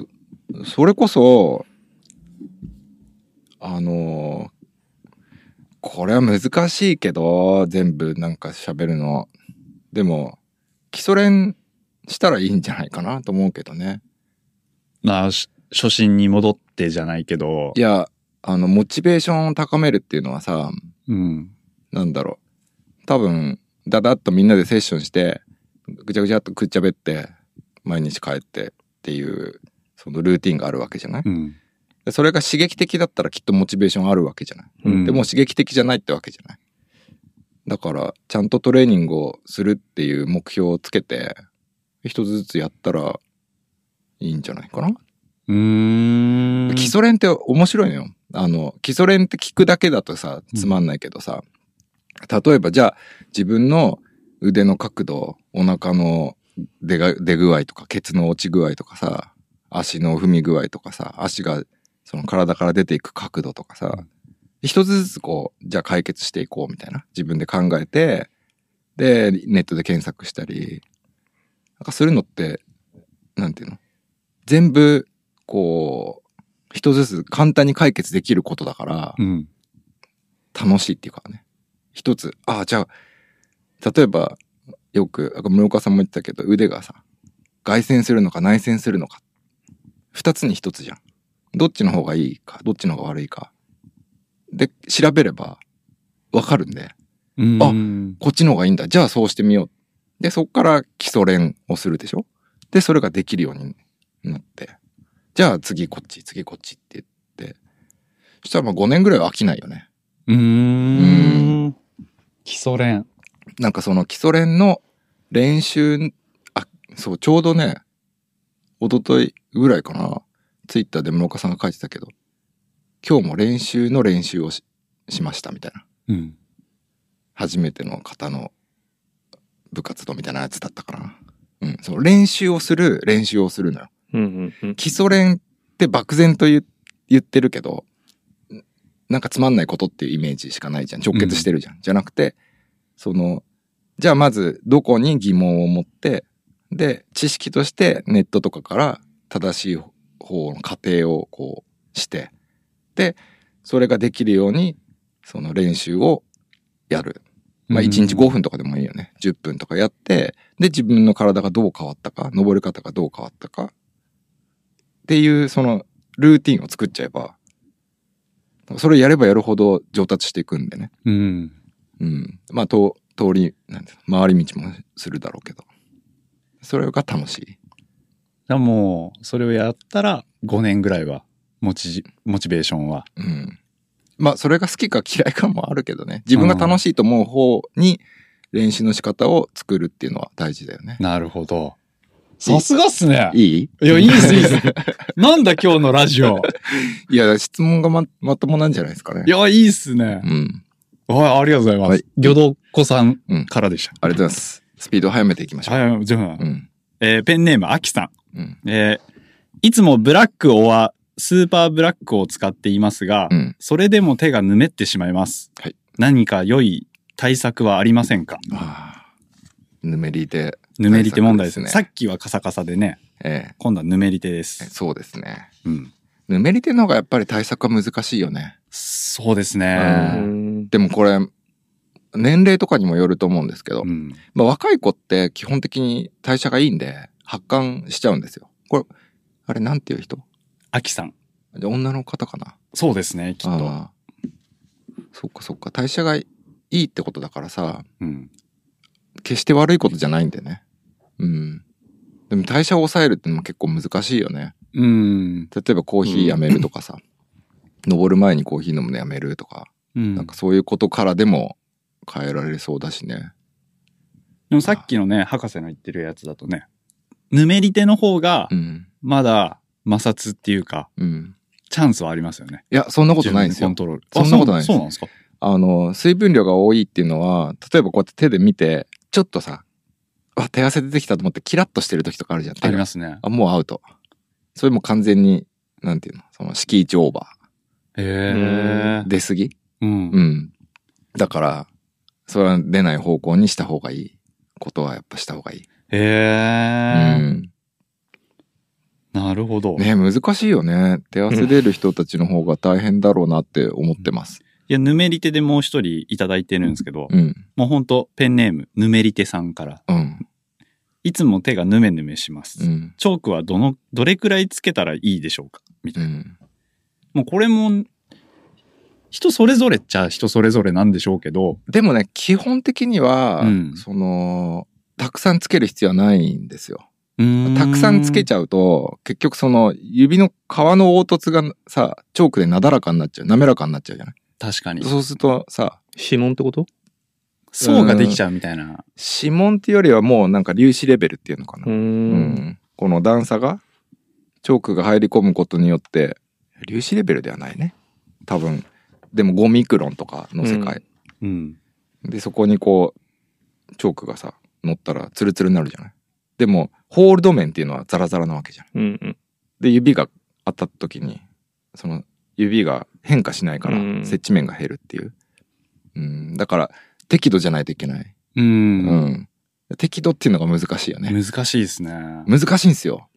[SPEAKER 2] それこそ、あのーこれは難しいけど、全部なんか喋るの。でも、基礎練したらいいんじゃないかなと思うけどね。
[SPEAKER 1] まあ、し初心に戻ってじゃないけど
[SPEAKER 2] い、や、あの、モチベーションを高めるっていうのはさ、
[SPEAKER 1] うん。
[SPEAKER 2] なんだろう。多分、だだっとみんなでセッションして、ぐちゃぐちゃっとくっちゃべって、毎日帰ってっていう、そのルーティンがあるわけじゃない、
[SPEAKER 1] うん。
[SPEAKER 2] でそれが刺激的だったらきっとモチベーションあるわけじゃない、
[SPEAKER 1] うん
[SPEAKER 2] でも刺激的じゃないってわけじゃないだから、ちゃんとトレーニングをするっていう目標をつけて、一つずつやったらいいんじゃないかな、
[SPEAKER 1] うーん。
[SPEAKER 2] 基礎練って面白いのよ。あの、基礎練って聞くだけだとさ、つまんないけどさ、例えばじゃあ自分の腕の角度、お腹の出が出具合とか、ケツの落ち具合とかさ、足の踏み具合とかさ、足がその体から出ていく角度とかさ、一つずつこう、じゃあ解決していこうみたいな。自分で考えて、で、ネットで検索したり、なんかするのって、なんていうの全部、こう、一つずつ簡単に解決できることだから、
[SPEAKER 1] うん。
[SPEAKER 2] 楽しいっていうかね。一つ、ああ、じゃあ、例えば、よく、室岡さんも言ってたけど、腕がさ、外旋するのか内旋するのか。二つに一つじゃん。どっちの方がいいか、どっちの方が悪いか。で、調べれば、わかるんで、
[SPEAKER 1] うん。
[SPEAKER 2] あ
[SPEAKER 1] うん
[SPEAKER 2] こっちの方がいいんだ。じゃあそうしてみよう。で、そっから基礎練をするでしょで、それができるようになって。じゃあ次こっち、次こっちって言って。そしたらまあ5年ぐらいは飽きないよね。
[SPEAKER 1] うー。
[SPEAKER 2] うん
[SPEAKER 1] 基礎練。
[SPEAKER 2] なんかその基礎練の練習、あ、そう、ちょうどね、一昨日ぐらいかな、ツイッターで室岡さんが書いてたけど、今日も練習の練習をししましたみたいな。
[SPEAKER 1] うん。
[SPEAKER 2] 初めての方の部活動みたいなやつだったかな。うん、そう、練習をする練習をするのよ。
[SPEAKER 3] うんうんうん。
[SPEAKER 2] 基礎練って漠然と言う言ってるけど、なんかつまんないことっていうイメージしかないじゃん。直結してるじゃん。じゃなくて、その、じゃあまずどこに疑問を持って、で、知識としてネットとかから正しい方の過程をこうして、で、それができるように、その練習をやる。まあ、1日5分とかでもいいよね。10分とかやって、で、自分の体がどう変わったか、登り方がどう変わったか、っていう、その、ルーティンを作っちゃえば、それをやればやるほど上達していくんでね。
[SPEAKER 1] うん。
[SPEAKER 2] うん。まあ、と通り、なんていうの回り道もするだろうけど。それが楽しい。
[SPEAKER 1] じゃあもう、それをやったら5年ぐらいは、モチ、モチベーションは。
[SPEAKER 2] うん。まあ、それが好きか嫌いかもあるけどね。自分が楽しいと思う方に練習の仕方を作るっていうのは大事だよね。
[SPEAKER 1] なるほど。さすがっすね。
[SPEAKER 2] いい
[SPEAKER 1] いや、いいっす、いいっす。
[SPEAKER 2] *laughs*
[SPEAKER 1] なんだ今日のラジオ。
[SPEAKER 2] いや、質問がま、まともなんじゃないですかね。
[SPEAKER 1] いや、いいっすね
[SPEAKER 2] う。ん。
[SPEAKER 1] はい、ありがとうございま
[SPEAKER 2] は
[SPEAKER 1] す
[SPEAKER 2] い。
[SPEAKER 1] 魚道子さん
[SPEAKER 2] うん
[SPEAKER 1] からでし。
[SPEAKER 2] ありがとうございます。スピードを速めていきましたょう。
[SPEAKER 1] はい、じゃあ
[SPEAKER 2] う、ん。
[SPEAKER 1] えーペンネーム、あきさん。
[SPEAKER 2] うん。
[SPEAKER 1] えーいつもブラックオアスーパーブラックを使っていますが、
[SPEAKER 2] うん。
[SPEAKER 1] それでも手がぬめってしまいます。
[SPEAKER 2] はい
[SPEAKER 1] 何か良い対策はありませんか
[SPEAKER 2] ああ。ぬめりで、
[SPEAKER 1] ぬめり手問題ですね。
[SPEAKER 2] 対
[SPEAKER 1] さ
[SPEAKER 2] 策ですね
[SPEAKER 1] っきはカサカサでね、
[SPEAKER 2] え
[SPEAKER 1] 今度はぬめり手で
[SPEAKER 2] え、
[SPEAKER 1] す。
[SPEAKER 2] そうですね。
[SPEAKER 1] うん。
[SPEAKER 2] ぬめり手の方がやっぱり対策は難しいよね。
[SPEAKER 1] そうです
[SPEAKER 3] う
[SPEAKER 1] ね。
[SPEAKER 3] ん
[SPEAKER 2] でもこれ、年齢とかにもよると思うんですけど、
[SPEAKER 1] うん。
[SPEAKER 2] まあ、若い子って基本的に代謝がいいんで、発汗しちゃうんですよ。これ、あれなんていう人
[SPEAKER 1] あきさん。
[SPEAKER 2] で女の方かな
[SPEAKER 1] そうですね、きっと。
[SPEAKER 2] ああそっかそっか。代謝がいいってことだからさ、
[SPEAKER 1] うん。
[SPEAKER 2] 決して悪いことじゃないんでね。うん。でも代謝を抑えるってのも結構難しいよね。
[SPEAKER 1] うん。
[SPEAKER 2] 例えばコーヒーやめると
[SPEAKER 1] *clears throat*
[SPEAKER 2] かさ、登る前にコーヒー飲むのやめるとか、
[SPEAKER 1] うん、
[SPEAKER 2] なんかそういうことからでも変えられそうだしね。
[SPEAKER 1] でもさっきのね、博士の言ってるやつだとね、ぬめり手の方が
[SPEAKER 2] う、ん。
[SPEAKER 1] まだ摩擦っていうか、
[SPEAKER 2] うん。
[SPEAKER 1] チャンスはありますよね。
[SPEAKER 2] いや、そんなことないんですよ
[SPEAKER 1] 自。分でコントロール。
[SPEAKER 2] そんなことないです
[SPEAKER 1] そうなんですか
[SPEAKER 2] あの、水分量が多いっていうのは、例えばこうやって手で見て、ちょっとさ、あ、手汗出てきたと思ってキラッとしてる時とかあるじゃん。手が
[SPEAKER 1] ありますね。
[SPEAKER 2] あ、もうアウト。それも完全に、なんていうのその敷地オーバ
[SPEAKER 1] へ
[SPEAKER 2] ー。出すぎ
[SPEAKER 1] え。うん
[SPEAKER 2] う。ん。だから、それは出ない方向にした方がいいことはやっぱした方がいい。
[SPEAKER 1] へえ。
[SPEAKER 2] うん。
[SPEAKER 1] なるほど。
[SPEAKER 2] ね難しいよね。手汗出る人たちの方が大変だろうなって思ってます。
[SPEAKER 1] いや、ぬめり手でもう一人いただいてるんですけど、
[SPEAKER 2] うん。
[SPEAKER 1] もうほんと、ペンネーム、ぬめり手さんから。
[SPEAKER 2] うん。
[SPEAKER 1] いつも手がぬめぬめします。
[SPEAKER 2] うん。
[SPEAKER 1] チョークはどの、どれくらいつけたらいいでしょうかみた
[SPEAKER 2] う
[SPEAKER 1] いな。
[SPEAKER 2] ん。
[SPEAKER 1] もうこれも、人それぞれっちゃ人それぞれなんでしょうけど、
[SPEAKER 2] でもね、基本的には、
[SPEAKER 1] うん
[SPEAKER 2] その、たくさんつける必要はないんですよ。
[SPEAKER 1] た
[SPEAKER 2] たくさんつけ
[SPEAKER 1] ゃ
[SPEAKER 2] ちゃうと、結局その指の皮の凹凸がさ、チョークでなだらかになっちゃう。滑らかになっちゃうじゃない。
[SPEAKER 1] 確かに。
[SPEAKER 2] そうするとさ、
[SPEAKER 3] 指紋ってこと
[SPEAKER 1] 層ができちゃうみたいな。
[SPEAKER 2] 指紋っていうよりはもうなんか粒子レベルっていうのかな
[SPEAKER 3] う。。
[SPEAKER 2] うんん、この段差がチョークが入り込むことによって粒子レベルではないね多分でも5ミクロンとかの世界、
[SPEAKER 1] うん。
[SPEAKER 2] でそこにこうチョークがさ乗ったらツルツルになるじゃないでもホールド面っていうのはザラザラなわけじゃん
[SPEAKER 3] うんうん。
[SPEAKER 2] で指が当たった時にその指が変化しないから
[SPEAKER 3] うん
[SPEAKER 2] 接地面が減るっていう、うん、だから適度じゃないといけない、
[SPEAKER 1] う。
[SPEAKER 2] うんん、適度っていうのが難しいよね
[SPEAKER 1] 難しいですね。
[SPEAKER 2] 難しいんですよ。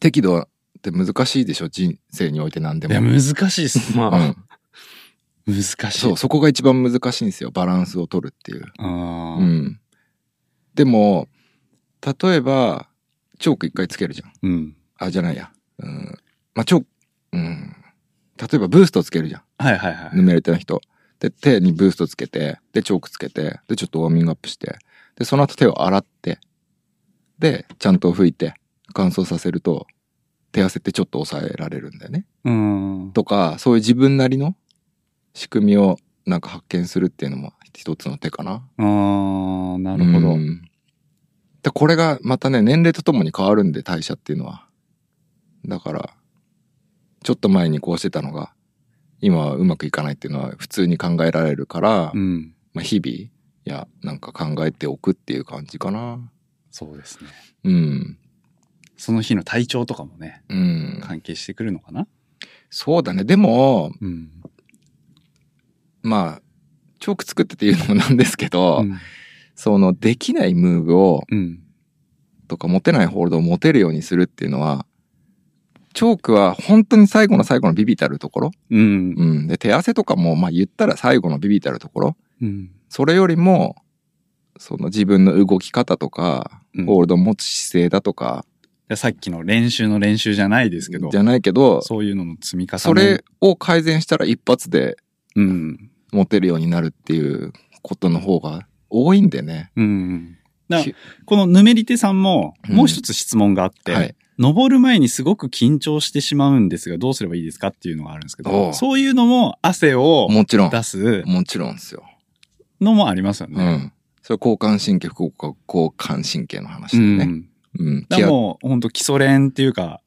[SPEAKER 2] 適度って難しいでしょ人生において何で
[SPEAKER 1] いや、
[SPEAKER 2] も。
[SPEAKER 1] 難しいっす。
[SPEAKER 3] ま
[SPEAKER 2] う
[SPEAKER 3] あ、
[SPEAKER 2] ん、
[SPEAKER 1] 難しい。
[SPEAKER 2] そう、そこが一番難しいんですよ。バランスを取るっていう。
[SPEAKER 1] あ
[SPEAKER 2] う
[SPEAKER 1] ー
[SPEAKER 2] ん。でも、例えば、チョーク一回つけるじゃん。
[SPEAKER 1] うん。
[SPEAKER 2] あ、じゃないや。うん。まあ、チョーク、うん。例えばブーストつけるじゃん。
[SPEAKER 1] はいはいはい。
[SPEAKER 2] ぬめれてない人。で、手にブーストつけて、で、チョークつけて、で、ちょっとウォーミングアップして、で、その後手を洗って、で、ちゃんと拭いて、乾燥させると、手汗ってちょっと抑えられるんだよね。
[SPEAKER 1] うん。
[SPEAKER 2] とか、そういう自分なりの仕組みをなんか発見するっていうのも一つの手かな。
[SPEAKER 1] あー、なるほ
[SPEAKER 2] う
[SPEAKER 1] ど。
[SPEAKER 2] んで、これがまたね、年齢とともに変わるんで、代謝っていうのは。だから、ちょっと前にこうしてたのが、今はうまくいかないっていうのは普通に考えられるから、
[SPEAKER 1] うん。
[SPEAKER 2] まあ日々、いや、なんか考えておくっていう感じかな。
[SPEAKER 1] そうですね。
[SPEAKER 2] うん。
[SPEAKER 1] その日の体調とかもね、
[SPEAKER 2] うん。
[SPEAKER 1] 関係してくるのかな
[SPEAKER 2] そうだね。でも、
[SPEAKER 1] うん。
[SPEAKER 2] まあ、チョーク作ってっていうのもなんですけど、
[SPEAKER 1] うん
[SPEAKER 2] その、できないムーブを、
[SPEAKER 1] うん。
[SPEAKER 2] とか持てないホールドを持てるようにするっていうのは、チョークは本当に最後の最後のビビたるところ。
[SPEAKER 1] うん。
[SPEAKER 2] うん。で、手汗とかも、まあ言ったら最後のビビたるところ。
[SPEAKER 1] うん。
[SPEAKER 2] それよりも、その自分の動き方とか、
[SPEAKER 1] うん
[SPEAKER 2] ホールドを持つ姿勢だとか、
[SPEAKER 1] さっきの練習の練習じゃないですけど
[SPEAKER 2] じ、ゃないけど、
[SPEAKER 1] そういうのの積み重ね。
[SPEAKER 2] それ、を改善したら一発で
[SPEAKER 1] うん。
[SPEAKER 2] 持てるようになるっていうことの方が多いんでね。
[SPEAKER 1] うん。だ
[SPEAKER 2] き
[SPEAKER 1] このぬめり手さんも、
[SPEAKER 2] うん
[SPEAKER 1] もう一つ質問があって、
[SPEAKER 2] はい。
[SPEAKER 1] 登る前にすごく緊張してしまうんですが、どうすればいいですかっていうのがあるんですけ
[SPEAKER 2] お
[SPEAKER 1] ど、
[SPEAKER 2] う
[SPEAKER 1] そういうのも汗を
[SPEAKER 2] もちろん。
[SPEAKER 1] 出す
[SPEAKER 2] もちろんですよ。
[SPEAKER 1] のもありますよ
[SPEAKER 2] う
[SPEAKER 1] ね。
[SPEAKER 2] ん。それ交感神経、副交感神経の話
[SPEAKER 1] う
[SPEAKER 2] で
[SPEAKER 1] ん。
[SPEAKER 2] ね。うん。
[SPEAKER 1] だからもう、本当基礎練っていうか、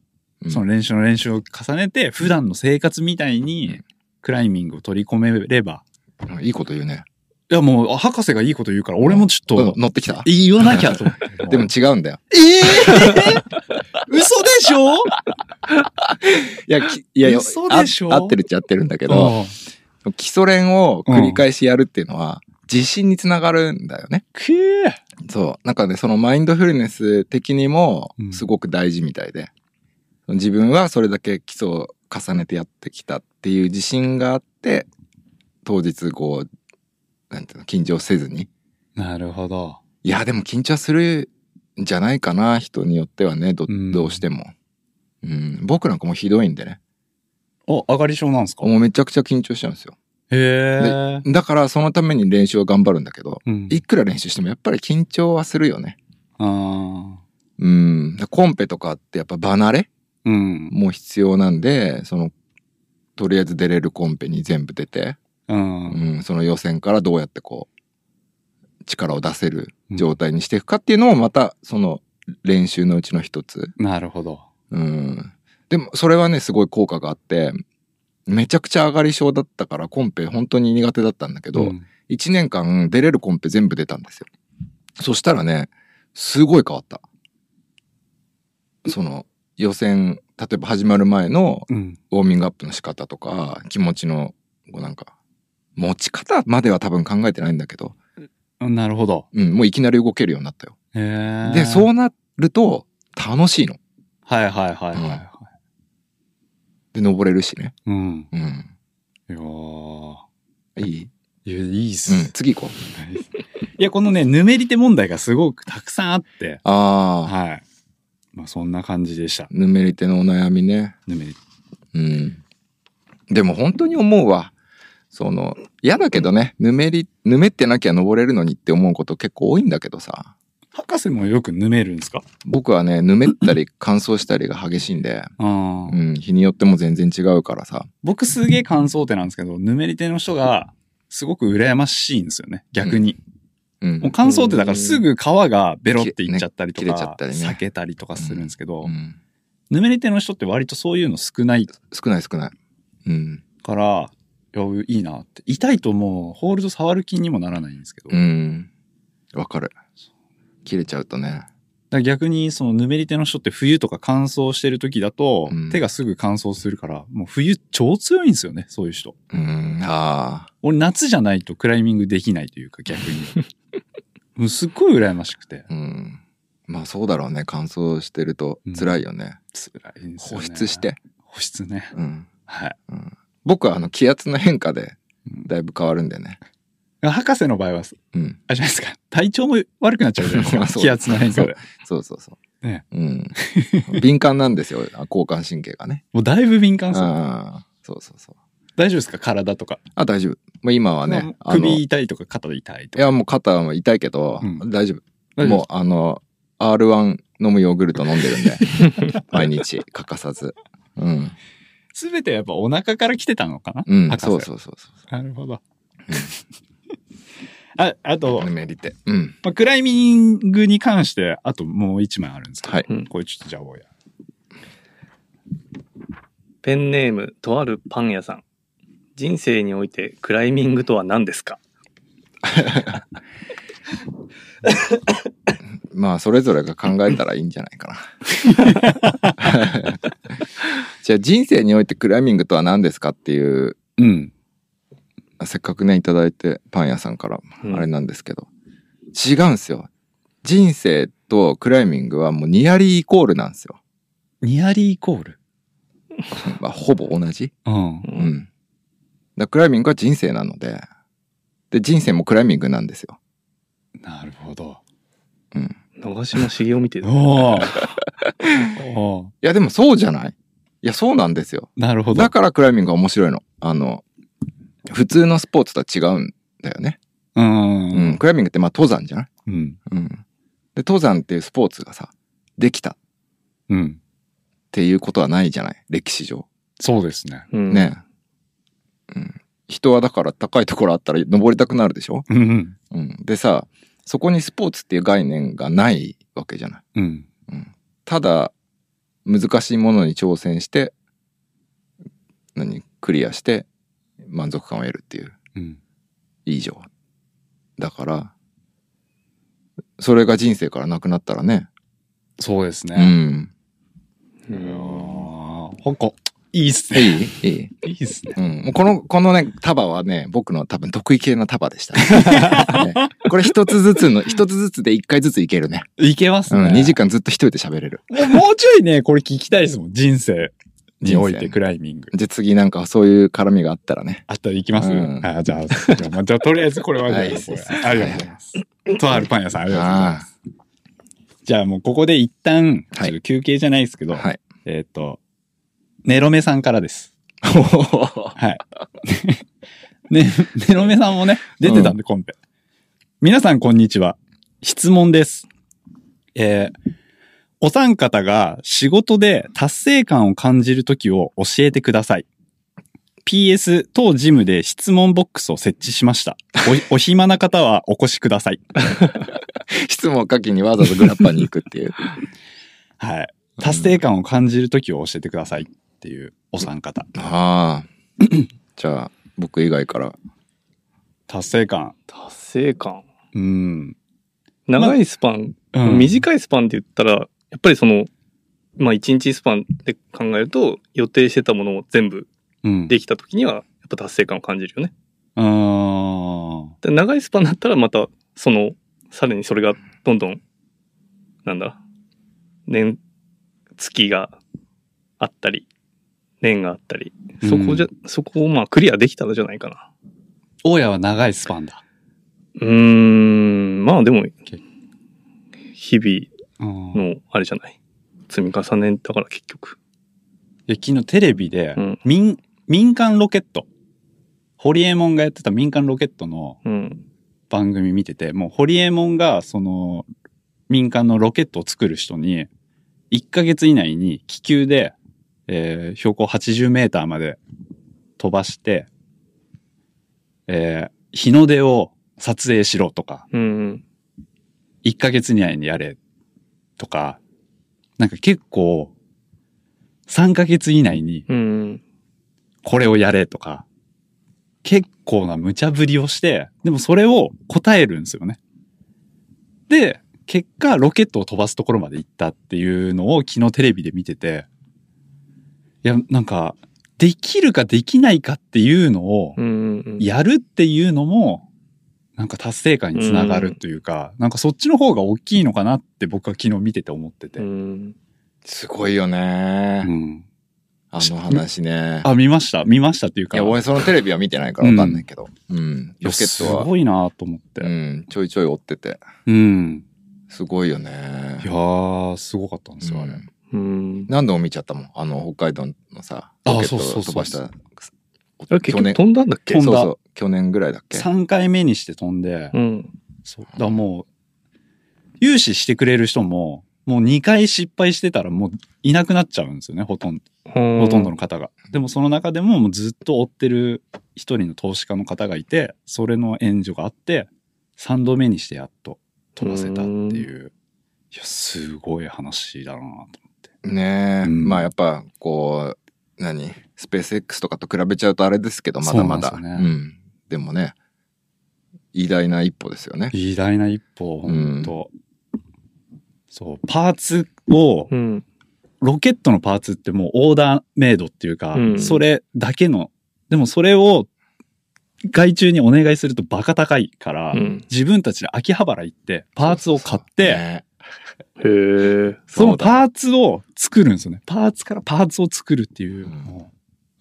[SPEAKER 2] うん
[SPEAKER 1] その練習の練習を重ねて、普段の生活みたいうに
[SPEAKER 2] ん、
[SPEAKER 1] クライミングを取り込めれば、
[SPEAKER 2] うんいいこと言うね。
[SPEAKER 1] いやもう、あ博士がいいこと言うから、俺もちょっと
[SPEAKER 2] うん、乗ってきた
[SPEAKER 1] 言わなきゃと思って。
[SPEAKER 2] *laughs* でも、違うんだよ。
[SPEAKER 1] えー嘘でしょ
[SPEAKER 2] いや、きいや、よ
[SPEAKER 1] 嘘でしょ
[SPEAKER 2] あ合ってるっちゃ合ってるんだけど、基礎練を繰り返しやるっていうのは、自信につながるんだよね。
[SPEAKER 1] くー
[SPEAKER 2] そう。なんかね、そのマインドフルネス的にも
[SPEAKER 1] う、ん
[SPEAKER 2] すごく大事みたいで、自分はそれだけ基礎を重ねてやってきたっていう自信があって、当日こう、なんていうの、緊張せずに。
[SPEAKER 1] なるほど。
[SPEAKER 2] いや、でも緊張するんじゃないかな、人によってはね、ど
[SPEAKER 1] うん
[SPEAKER 2] どうしても。うん、僕なんかもうひどいんでね。
[SPEAKER 1] お、上がり症なんですか
[SPEAKER 2] もうめちゃくちゃ緊張しちゃうんですよ。
[SPEAKER 1] へえ。
[SPEAKER 2] だからそのために練習は頑張るんだけど、
[SPEAKER 1] うん
[SPEAKER 2] いくら練習してもやっぱり緊張はするよね。
[SPEAKER 1] あー
[SPEAKER 2] うん。コンペとかってやっぱ離れ
[SPEAKER 1] うん。
[SPEAKER 2] も必要なんで、その、とりあえず出れるコンペに全部出て、
[SPEAKER 1] う。
[SPEAKER 2] うんん、その予選からどうやってこう、力を出せる状態にしていくかっていうのもまた、その練習のうちの一つ。
[SPEAKER 1] なるほど。
[SPEAKER 2] うん。でも、それはね、すごい効果があって、めちゃくちゃ上がり症だったから、コンペ本当に苦手だったんだけど、
[SPEAKER 1] ん
[SPEAKER 2] 1年間出れるコンペ全部出たんですよ。そしたらね、すごい変わった。その、予選、例えば始まる前の
[SPEAKER 1] うん。
[SPEAKER 2] ウォーミングアップの仕方とか、気持ちの、こうなんか、持ち方までは多分考えてないんだけど、
[SPEAKER 1] うんなるほど。
[SPEAKER 2] うん、もういきなり動けるようになったよ。
[SPEAKER 1] へえ。。
[SPEAKER 2] で、そううなると、楽しいの。
[SPEAKER 1] はいはいはいはいはい。
[SPEAKER 2] で、登れるしね。
[SPEAKER 1] うん。
[SPEAKER 2] うん。
[SPEAKER 1] いやー
[SPEAKER 2] いい
[SPEAKER 1] いや、いいっ
[SPEAKER 2] *laughs* うん、
[SPEAKER 1] す。
[SPEAKER 2] 次行こう。
[SPEAKER 1] いや、このね、ぬめり手問題がすごくたくさんあって、
[SPEAKER 2] ああ、
[SPEAKER 1] はい。まあ、そんな感じでした。
[SPEAKER 2] ぬめり手のお悩みね。
[SPEAKER 1] ぬめり。
[SPEAKER 2] うん。でも本当に思うわ。その、嫌だけどね、ぬめり、ぬめってなきゃ登れるのにって思うこと結構多いんだけどさ。
[SPEAKER 1] 博士もよくぬめるんですか
[SPEAKER 2] 僕はね、ぬめったり乾燥したりが激しいんで、
[SPEAKER 1] あ
[SPEAKER 2] う
[SPEAKER 1] あ。
[SPEAKER 2] ん、日によっても全然違うからさ。
[SPEAKER 1] 僕すげえ感想手なんですけど、ぬめり手の人が、すごく羨ましいんですよね。逆に。
[SPEAKER 2] うん
[SPEAKER 1] もう。乾燥ってだからすぐ皮がベロっていっちゃったりと
[SPEAKER 2] 切れね切れちゃ
[SPEAKER 1] か
[SPEAKER 2] っ、たりね
[SPEAKER 1] 裂けたりとかするんですけど、
[SPEAKER 2] うん
[SPEAKER 1] ぬめり手の人って割とそういうの少ない
[SPEAKER 2] 少ない少ない。うん。
[SPEAKER 1] から、いやいいなって。痛いともうホールド触る気にもならないんですけど、
[SPEAKER 2] う
[SPEAKER 1] だか
[SPEAKER 2] ん。わかる。切れちゃうとね。
[SPEAKER 1] ら逆にそのぬめり手の人って冬とか乾燥してる時だと、
[SPEAKER 2] うん
[SPEAKER 1] 手がすぐ乾燥するから、もう冬超強いんですよね、そういう人。
[SPEAKER 2] うん、ああ。
[SPEAKER 1] 俺夏じゃない
[SPEAKER 2] *laughs*
[SPEAKER 1] とクライミングできないというか逆に。もうすっごい羨ましくて。
[SPEAKER 2] うん。まあそうだろうね。乾燥してると辛いよね。
[SPEAKER 1] 辛いんですよ
[SPEAKER 2] 保
[SPEAKER 1] ね
[SPEAKER 2] 湿して。
[SPEAKER 1] 保湿ね
[SPEAKER 2] うん。
[SPEAKER 1] はい
[SPEAKER 2] うん、僕はあの気圧の変化でだいぶ変わるんだよね。
[SPEAKER 1] 博士の場合は
[SPEAKER 2] うん。
[SPEAKER 1] あれじゃないですか体調も悪くなっちゃうじゃないです
[SPEAKER 2] *laughs* ま
[SPEAKER 1] か
[SPEAKER 2] あそう
[SPEAKER 1] 気圧の変化で
[SPEAKER 2] そうそうそう。
[SPEAKER 1] ね
[SPEAKER 2] うん。敏感なんですよ。交感神経がね。
[SPEAKER 1] もうだいぶ敏感そう
[SPEAKER 2] ああ、そうそうそう。
[SPEAKER 1] 大丈夫ですか体とか
[SPEAKER 2] あ、大丈夫。もう今はね、
[SPEAKER 1] まあ
[SPEAKER 2] あの、
[SPEAKER 1] 首
[SPEAKER 2] い
[SPEAKER 1] 痛いとか肩で痛いとか
[SPEAKER 2] やもう肩は痛いけど、
[SPEAKER 1] うん
[SPEAKER 2] 大丈夫。
[SPEAKER 1] 大丈夫
[SPEAKER 2] もうあの、R1 飲むヨーグルト飲んでるんで、
[SPEAKER 1] *laughs*
[SPEAKER 2] 毎日欠かさず。うん。
[SPEAKER 1] すべてやっぱお腹から来てたのかな、
[SPEAKER 2] うん、
[SPEAKER 1] 博士
[SPEAKER 2] そうそうそうそう
[SPEAKER 1] なるほど。 *laughs* ああと、
[SPEAKER 2] ぬめりて。うん。
[SPEAKER 1] まあ、クライミングに関して、あともう一枚あるんですけど、
[SPEAKER 2] はい
[SPEAKER 3] うん
[SPEAKER 1] これちょっとじゃあ、おや。
[SPEAKER 3] ペンネームとあるパン屋さん。人生においてクライミングとは何ですか
[SPEAKER 2] まあ、それぞれが考えたらいいんじゃないかな。じゃあ、人生においてクライミングとは何ですかっていう、
[SPEAKER 1] うん。
[SPEAKER 2] せっかくね、いただいて、パン屋さんから、
[SPEAKER 3] うん
[SPEAKER 2] あれなんですけど。違うんですよ。人生とクライミングはもうニアリーイコールなんですよ。
[SPEAKER 1] ニアリーイコール。
[SPEAKER 2] まあ、ほぼ同じ。
[SPEAKER 1] うん。
[SPEAKER 2] うん。だからクライミングは人生なので、で、人生もクライミングなんですよ。
[SPEAKER 1] なるほど。
[SPEAKER 2] うん。
[SPEAKER 3] 長嶋茂雄みてえだ
[SPEAKER 1] おお。 *laughs* おー
[SPEAKER 2] いや、でもそうじゃないいや、そうなんですよ。
[SPEAKER 1] なるほど
[SPEAKER 2] だ。からクライミングが面白いの。あの、普通のスポーツとは違うんだよね。
[SPEAKER 1] うん。
[SPEAKER 2] うん。クライミングってまあ登山じゃない
[SPEAKER 1] うん。
[SPEAKER 2] うん。で、登山っていうスポーツがさ、できたっ
[SPEAKER 1] うん。
[SPEAKER 2] ていうことはないじゃない歴史上。
[SPEAKER 1] そうですね。
[SPEAKER 3] うん
[SPEAKER 2] ね。うん。人はだから高いところあったら登りたくなるでしょ
[SPEAKER 1] うんうん。
[SPEAKER 2] うん。でさ、そこにスポーツっていう概念がないわけじゃない。
[SPEAKER 1] うん。
[SPEAKER 2] うん。ただ、難しいものに挑戦して、何クリアして満足感を得るっていう。
[SPEAKER 1] うん。
[SPEAKER 2] 以上。だから、それが人生からなくなったらね。
[SPEAKER 1] そうです
[SPEAKER 2] う
[SPEAKER 1] ね。
[SPEAKER 2] ん。
[SPEAKER 3] う
[SPEAKER 1] うん
[SPEAKER 3] ん。
[SPEAKER 1] ほこ。いいっす
[SPEAKER 2] い
[SPEAKER 1] ね。
[SPEAKER 2] いいい。
[SPEAKER 1] いいっすね。
[SPEAKER 2] うん。もうこの、このね、束はね、僕の多分得意系の束でした、 *laughs* ねねこれ一つずつの、一つずつで一回ずついけるね。
[SPEAKER 1] いけます
[SPEAKER 2] う
[SPEAKER 1] ね。
[SPEAKER 2] ん。2時間ずっと一人で喋れる。
[SPEAKER 1] もうもうちょいね、これ聞きたいですもん。人生においてクライミング。
[SPEAKER 2] じゃあ次なんかそういう絡みがあったらね。
[SPEAKER 1] あったら行きます、
[SPEAKER 2] うん
[SPEAKER 1] あじゃあ、じゃあまあ、じゃあとりあえずこれはじゃあ、
[SPEAKER 2] はい
[SPEAKER 1] これありがとうございます。とあるパン屋さん、ありがとうございま
[SPEAKER 2] あ
[SPEAKER 1] す。じゃあもうここで一旦、
[SPEAKER 2] はい
[SPEAKER 1] ちょっと休憩じゃないですけ
[SPEAKER 2] あ。
[SPEAKER 1] ど、
[SPEAKER 2] はい。
[SPEAKER 1] えっ、と、ネロメさんからです。はい。 *laughs* ね、ネロメさんもね、出てたんで、コンペ。皆さん、こんにちは。質問です。えーお三方が仕事で達成感を感じるときを教えてください。PS 当ジムで質問ボックスを設置しました。お、お *laughs* 暇な方はお越しください。
[SPEAKER 2] 質問書きにわざわざグラッパーに行くっていう。
[SPEAKER 1] はい。達成感を感じるときを教えてくださいっていうお三方。
[SPEAKER 2] ああ。 *clears throat* じゃあ、僕以外から。
[SPEAKER 1] 達成感。
[SPEAKER 3] 達成感。
[SPEAKER 1] うん。
[SPEAKER 3] 長いスパン、
[SPEAKER 1] うん
[SPEAKER 3] 短いスパンで言ったら、やっぱりその、まあ1日スパンで考えると、予定してたものを全部
[SPEAKER 1] うん。
[SPEAKER 3] できた時には、やっぱ達成感を感じるよね。
[SPEAKER 1] うーん。
[SPEAKER 3] で長いスパンだったらまた、その、さらにそれがどんどん、なんだ、年、月があったり、年があったり、そこじゃ、そこをまあクリアできたらじゃないかな。
[SPEAKER 1] 大家は長いスパンだ。
[SPEAKER 3] うーん、まあでも、日
[SPEAKER 1] うん
[SPEAKER 3] 々のあれじゃない。積み重ねだから結局。
[SPEAKER 1] いや昨日テレビで、
[SPEAKER 3] うん
[SPEAKER 1] 民、民間ロケット。ホリエモンがやってた民間ロケットの
[SPEAKER 3] うん。
[SPEAKER 1] 番組見てて、もうホリエモンがその民間のロケットを作る人に、1ヶ月以内に気球で、えー標高80メーターまで飛ばして、えー日の出を撮影しろとか、
[SPEAKER 3] うん。
[SPEAKER 1] 1ヶ月以内にやれとか、なんか結構、3ヶ月以内に
[SPEAKER 3] うん。
[SPEAKER 1] これをやれとか、結構な無茶ぶりをして、でもそれを答えるんですよね。で、結果ロケットを飛ばすところまで行ったっていうのを昨日テレビで見てて、いや、なんか、できるかできないかっていうのを
[SPEAKER 3] うん。うん。
[SPEAKER 1] やるっていうのも、なんか達成感につながるというか、なんかそっちの方が大きいのかなって僕は昨日見てて思ってて。
[SPEAKER 3] うん。
[SPEAKER 2] すごいよね
[SPEAKER 1] う。ん
[SPEAKER 2] あの話ね。
[SPEAKER 1] あ、見ました見ましたっていう
[SPEAKER 2] い
[SPEAKER 1] か。
[SPEAKER 2] や、俺そのテレビは見てないからわかんないけど。うん。
[SPEAKER 1] いや
[SPEAKER 2] ロケッ
[SPEAKER 1] す
[SPEAKER 2] トは、
[SPEAKER 1] ごいなと思って。
[SPEAKER 2] う
[SPEAKER 1] うん。
[SPEAKER 2] ん、ちょいちょい追ってて。すごいよね
[SPEAKER 1] い。やー、すごかったんです
[SPEAKER 2] う
[SPEAKER 1] よ、あれ。
[SPEAKER 2] ん
[SPEAKER 3] うん。
[SPEAKER 2] 何度も見ちゃったもん。あの、北海道のさ、
[SPEAKER 1] あ
[SPEAKER 2] ロケッ
[SPEAKER 1] そ
[SPEAKER 2] ト
[SPEAKER 1] うそうそう
[SPEAKER 2] 飛ばした。
[SPEAKER 3] あ結局飛んだんだっけ
[SPEAKER 1] 飛んだ
[SPEAKER 2] そうそう。去年ぐらいだっけ
[SPEAKER 1] 3回目にして飛んで、
[SPEAKER 3] うん。
[SPEAKER 1] そう。だからもう、融資してくれる人も、もう2回失敗してたらもういなくなっちゃうんですよね、ほとんど。
[SPEAKER 3] ほ
[SPEAKER 1] ほとんどの方が。でもその中でももうずっと追ってる一人の投資家の方がいて、それの援助があって、3度目にしてやっと飛ばせたっていう。いや、すごい話だなと思って。
[SPEAKER 2] ねえ、
[SPEAKER 1] うん
[SPEAKER 2] まあやっぱこう何スペース X とかと比べちゃうとあれですけどまだまだ
[SPEAKER 1] そううんな
[SPEAKER 2] で,、
[SPEAKER 1] んですよね
[SPEAKER 2] もね偉大な一歩ですよね
[SPEAKER 1] 偉大な一歩、本当、そう、パーツを、
[SPEAKER 3] うん。
[SPEAKER 1] ロケットのパーツってもうオーダーメイドっていうか、
[SPEAKER 3] うん
[SPEAKER 1] それだけの、でもそれを外注にお願いするとバカ高いから、
[SPEAKER 3] うん
[SPEAKER 1] 自分たちで秋葉原行ってパーツを買って、
[SPEAKER 2] ね
[SPEAKER 3] へえ。
[SPEAKER 1] そ
[SPEAKER 2] そ
[SPEAKER 1] の
[SPEAKER 2] うだ
[SPEAKER 1] パーツを作るんですよね。パーツからパーツを作るっていう。
[SPEAKER 2] うん
[SPEAKER 1] も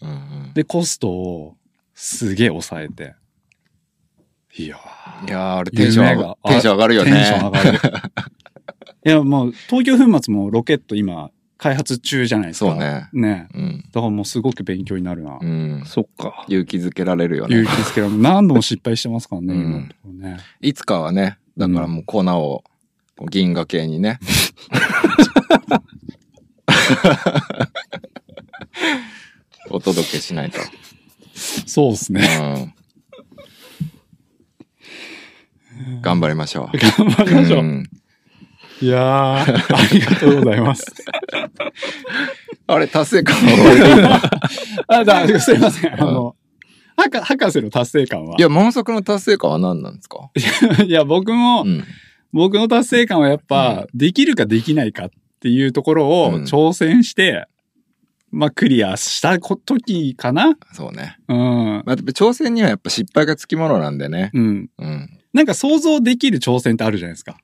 [SPEAKER 2] うんうん
[SPEAKER 1] うで、コストをすげえ抑えて。いやー
[SPEAKER 2] いやーあれテンション上
[SPEAKER 1] 夢
[SPEAKER 2] が
[SPEAKER 1] が
[SPEAKER 2] テンション上がるよね
[SPEAKER 1] テンション上がる。いや、もう東京粉末もロケット今開発中じゃないですか。
[SPEAKER 2] そう。ね
[SPEAKER 1] ね。
[SPEAKER 2] うん、
[SPEAKER 1] だからもうすごく勉強になるな。
[SPEAKER 2] うん、
[SPEAKER 3] そっか。
[SPEAKER 2] 勇気づけられるよ
[SPEAKER 1] 勇
[SPEAKER 2] ね
[SPEAKER 1] 気づけられる何度も失敗してますからね、
[SPEAKER 2] うん
[SPEAKER 1] 今のところね。
[SPEAKER 2] いつかはねだからもう粉をこう銀河系に *laughs* ねお届けしないと、
[SPEAKER 1] そうですね。
[SPEAKER 2] うん、頑張りましょう
[SPEAKER 1] 頑張りましょう。
[SPEAKER 2] ん
[SPEAKER 1] いやー、ありがとうございます。
[SPEAKER 2] あれ、達成感は
[SPEAKER 1] あ、だ、すいません。あ
[SPEAKER 2] うん
[SPEAKER 1] の、はか博士の達成感は。
[SPEAKER 2] *laughs* いや、満足の達成感は何なんですか
[SPEAKER 1] いや、僕も、
[SPEAKER 2] うん。
[SPEAKER 1] 僕の達成感はやっぱ、できるかできないかっていうところを
[SPEAKER 2] うん
[SPEAKER 1] 挑戦して、まあ、クリアしたこ時かな
[SPEAKER 2] そうね。
[SPEAKER 1] うん。
[SPEAKER 2] まあ、挑戦にはやっぱ失敗がつきものなんでね。
[SPEAKER 1] うん。
[SPEAKER 2] うん。
[SPEAKER 1] なんか想像できる挑戦ってあるじゃないですか。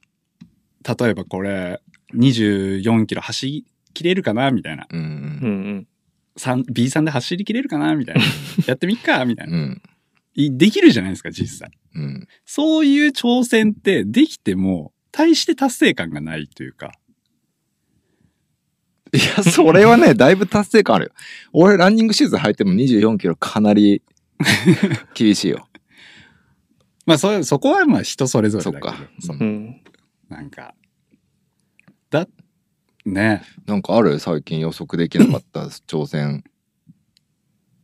[SPEAKER 1] 例えばこれ、24キロ走り切れるかなみたいな。
[SPEAKER 2] うん。う
[SPEAKER 3] うんん
[SPEAKER 1] B さんで走り切れるかなみたい
[SPEAKER 2] *laughs*
[SPEAKER 1] な。やってみっかみたいな。
[SPEAKER 2] うん。
[SPEAKER 1] いできるじゃないですか、実際。
[SPEAKER 2] うん。
[SPEAKER 1] そういう挑戦ってできても、大して達成感がないというか。
[SPEAKER 2] いや、それはね、だいぶ達成感あるよ。俺、ランニングシューズ履いても24キロか
[SPEAKER 1] *laughs*
[SPEAKER 2] なり厳しいよ。
[SPEAKER 1] まあ、そ、そこはまあ人それぞれだけど。
[SPEAKER 2] そっか
[SPEAKER 1] そう
[SPEAKER 3] うん。うん。
[SPEAKER 1] なんか。だ、ね
[SPEAKER 2] なんかある最近予測できなかった挑戦。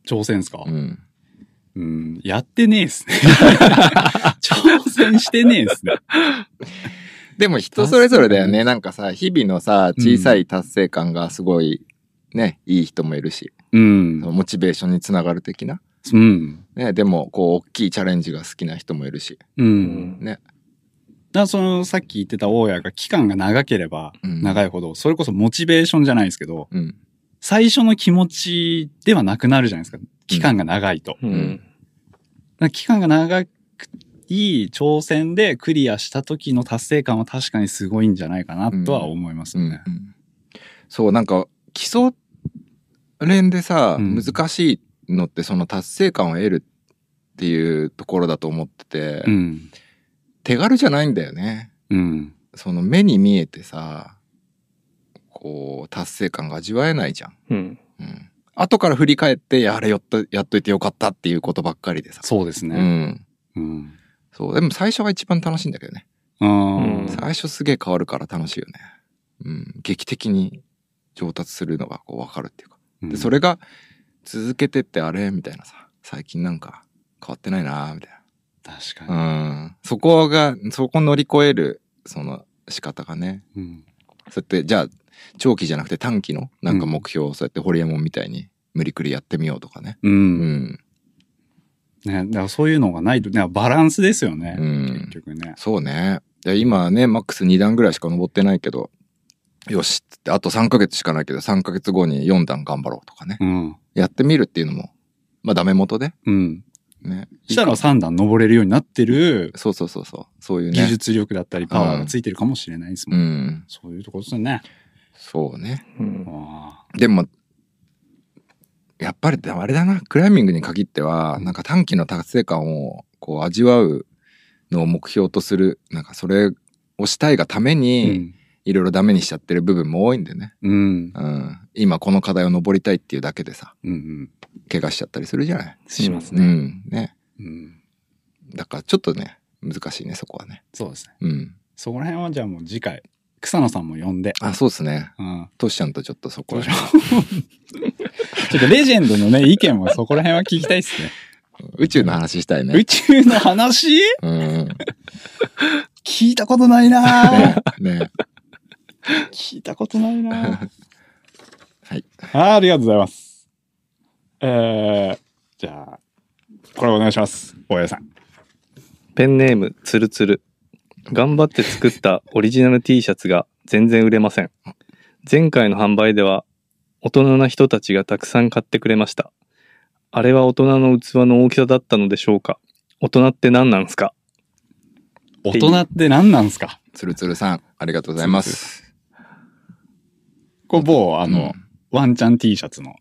[SPEAKER 1] 挑戦ですか、う、
[SPEAKER 2] うんん。
[SPEAKER 1] やってねえっすね。挑戦してねえっすね。
[SPEAKER 2] でも人それぞれだよね。なんかさ、日々のさ、小さい達成感がすごい、ね、いい人もいるし、
[SPEAKER 1] うん。
[SPEAKER 2] モチベーションにつながる的な。
[SPEAKER 1] うん。
[SPEAKER 2] ね、でも、こう、大きいチャレンジが好きな人もいるし。
[SPEAKER 1] う。
[SPEAKER 3] うんん
[SPEAKER 2] ね。
[SPEAKER 1] だからそのさっき言ってた大家が期間が長ければ
[SPEAKER 2] うん
[SPEAKER 1] 長いほど、それこそモチベーションじゃないですけど、
[SPEAKER 2] うん。
[SPEAKER 1] 最初の気持ちではなくなるじゃないですか。期間が長いと。だか
[SPEAKER 3] うん。
[SPEAKER 1] ら期間が長くいい挑戦でクリアした時の達成感は確かにすごいんじゃないかなとは思います
[SPEAKER 2] う
[SPEAKER 1] ね。
[SPEAKER 2] ん。そう、なんか、基礎連でさ、
[SPEAKER 1] うん
[SPEAKER 2] 難しいのって、その達成感を得るっていうところだと思ってて、
[SPEAKER 1] うん。
[SPEAKER 2] 手軽じゃないんだよね。
[SPEAKER 1] うん。
[SPEAKER 2] その目に見えてさ、こう、達成感が味わえないじゃん。
[SPEAKER 3] うん。
[SPEAKER 2] うん。後から振り返って、いやあれやっと、やっといてよかったっていうことばっかりでさ。
[SPEAKER 1] そうです
[SPEAKER 2] う
[SPEAKER 1] ね。
[SPEAKER 2] ん。
[SPEAKER 1] うん。
[SPEAKER 2] そう、でも最初が一番楽しいんだけどね。
[SPEAKER 1] うん。
[SPEAKER 2] 最初すげえ変わるから楽しいよね。うん。劇的に上達するのがこう分かるっていうか。で、それが続けてってあれみたいなさ。最近なんか変わってないなみたい
[SPEAKER 1] 確か
[SPEAKER 2] な。うん。そこが、そこ乗り越える、その仕方がね。
[SPEAKER 1] に。うん。
[SPEAKER 2] そうやって、じゃあ、長期じゃなくて短期のなんか目標をそうやってホリエモンみたいに無理くりやってみようとかね。
[SPEAKER 1] う。
[SPEAKER 2] うんん。
[SPEAKER 1] ね、だからそういうのがないと、ね、バランスですよね
[SPEAKER 2] う。
[SPEAKER 1] 結
[SPEAKER 2] ん。
[SPEAKER 1] 局ね。
[SPEAKER 2] そうね。いや今ね、マックス2段ぐらいしか登ってないけど、よしっつって、あと3ヶ月しかないけど、3ヶ月後に4段頑張ろうとかね。
[SPEAKER 1] うん。
[SPEAKER 2] やってみるっていうのも、まあダメ元で
[SPEAKER 1] うん。
[SPEAKER 2] ね。
[SPEAKER 1] したら3段登れるようになってる
[SPEAKER 2] そうそうそうそう。そういうね。
[SPEAKER 1] 技術力だったりパワーがついてるかもしれないですも。
[SPEAKER 2] うんん。
[SPEAKER 1] そういうとこですよね。
[SPEAKER 2] そうね。
[SPEAKER 3] うん。
[SPEAKER 1] あ
[SPEAKER 2] でも、やっぱりあれだな、クライミングに限っては、なんか短期の達成感をこう味わうのを目標とする、なんかそれをしたいがため
[SPEAKER 1] ー
[SPEAKER 2] に、いろいろダメにしちゃってる部分も多いんでね。
[SPEAKER 1] うん。うん。
[SPEAKER 2] うん。今この課題を登りたいっていうだけでさ、
[SPEAKER 1] うんうん。
[SPEAKER 2] 怪我しちゃったりするじゃない。
[SPEAKER 1] します
[SPEAKER 2] う
[SPEAKER 1] ね。
[SPEAKER 2] ん。ね。
[SPEAKER 1] うん。
[SPEAKER 2] だからちょっとね、難しいね、そこはね。
[SPEAKER 1] そうですね。
[SPEAKER 2] うん。
[SPEAKER 1] そこら辺はじゃあもう次回、草野さんも呼んで。
[SPEAKER 2] あ、そうですね。
[SPEAKER 1] うん。
[SPEAKER 2] トシちゃんとちょっとそこは
[SPEAKER 1] ちょっとレジェンドのね、意見もそこら辺は聞きたいですね。
[SPEAKER 2] 宇宙の話したいね。
[SPEAKER 1] 宇宙の話
[SPEAKER 2] うん。
[SPEAKER 1] 聞いたことないな *laughs* ぁ
[SPEAKER 2] ね。ね。
[SPEAKER 1] 聞いたことないなぁ
[SPEAKER 2] はい。
[SPEAKER 1] *laughs* あーありがとうございます。えー、じゃあ、これお願いします。大家さん。
[SPEAKER 3] ペンネームつるつる。頑張って作
[SPEAKER 2] *laughs*
[SPEAKER 3] ったオリジナル T シャツが全然売れません。前回の販売では大人な人たちがたくさん買ってくれました。あれは大人の器の大きさだったのでしょうか大人って何なんすか
[SPEAKER 1] 大人って何なんすか
[SPEAKER 2] つるつるさん、ありがとうございます。
[SPEAKER 1] これ某、あの、ワンちゃん T シャツの、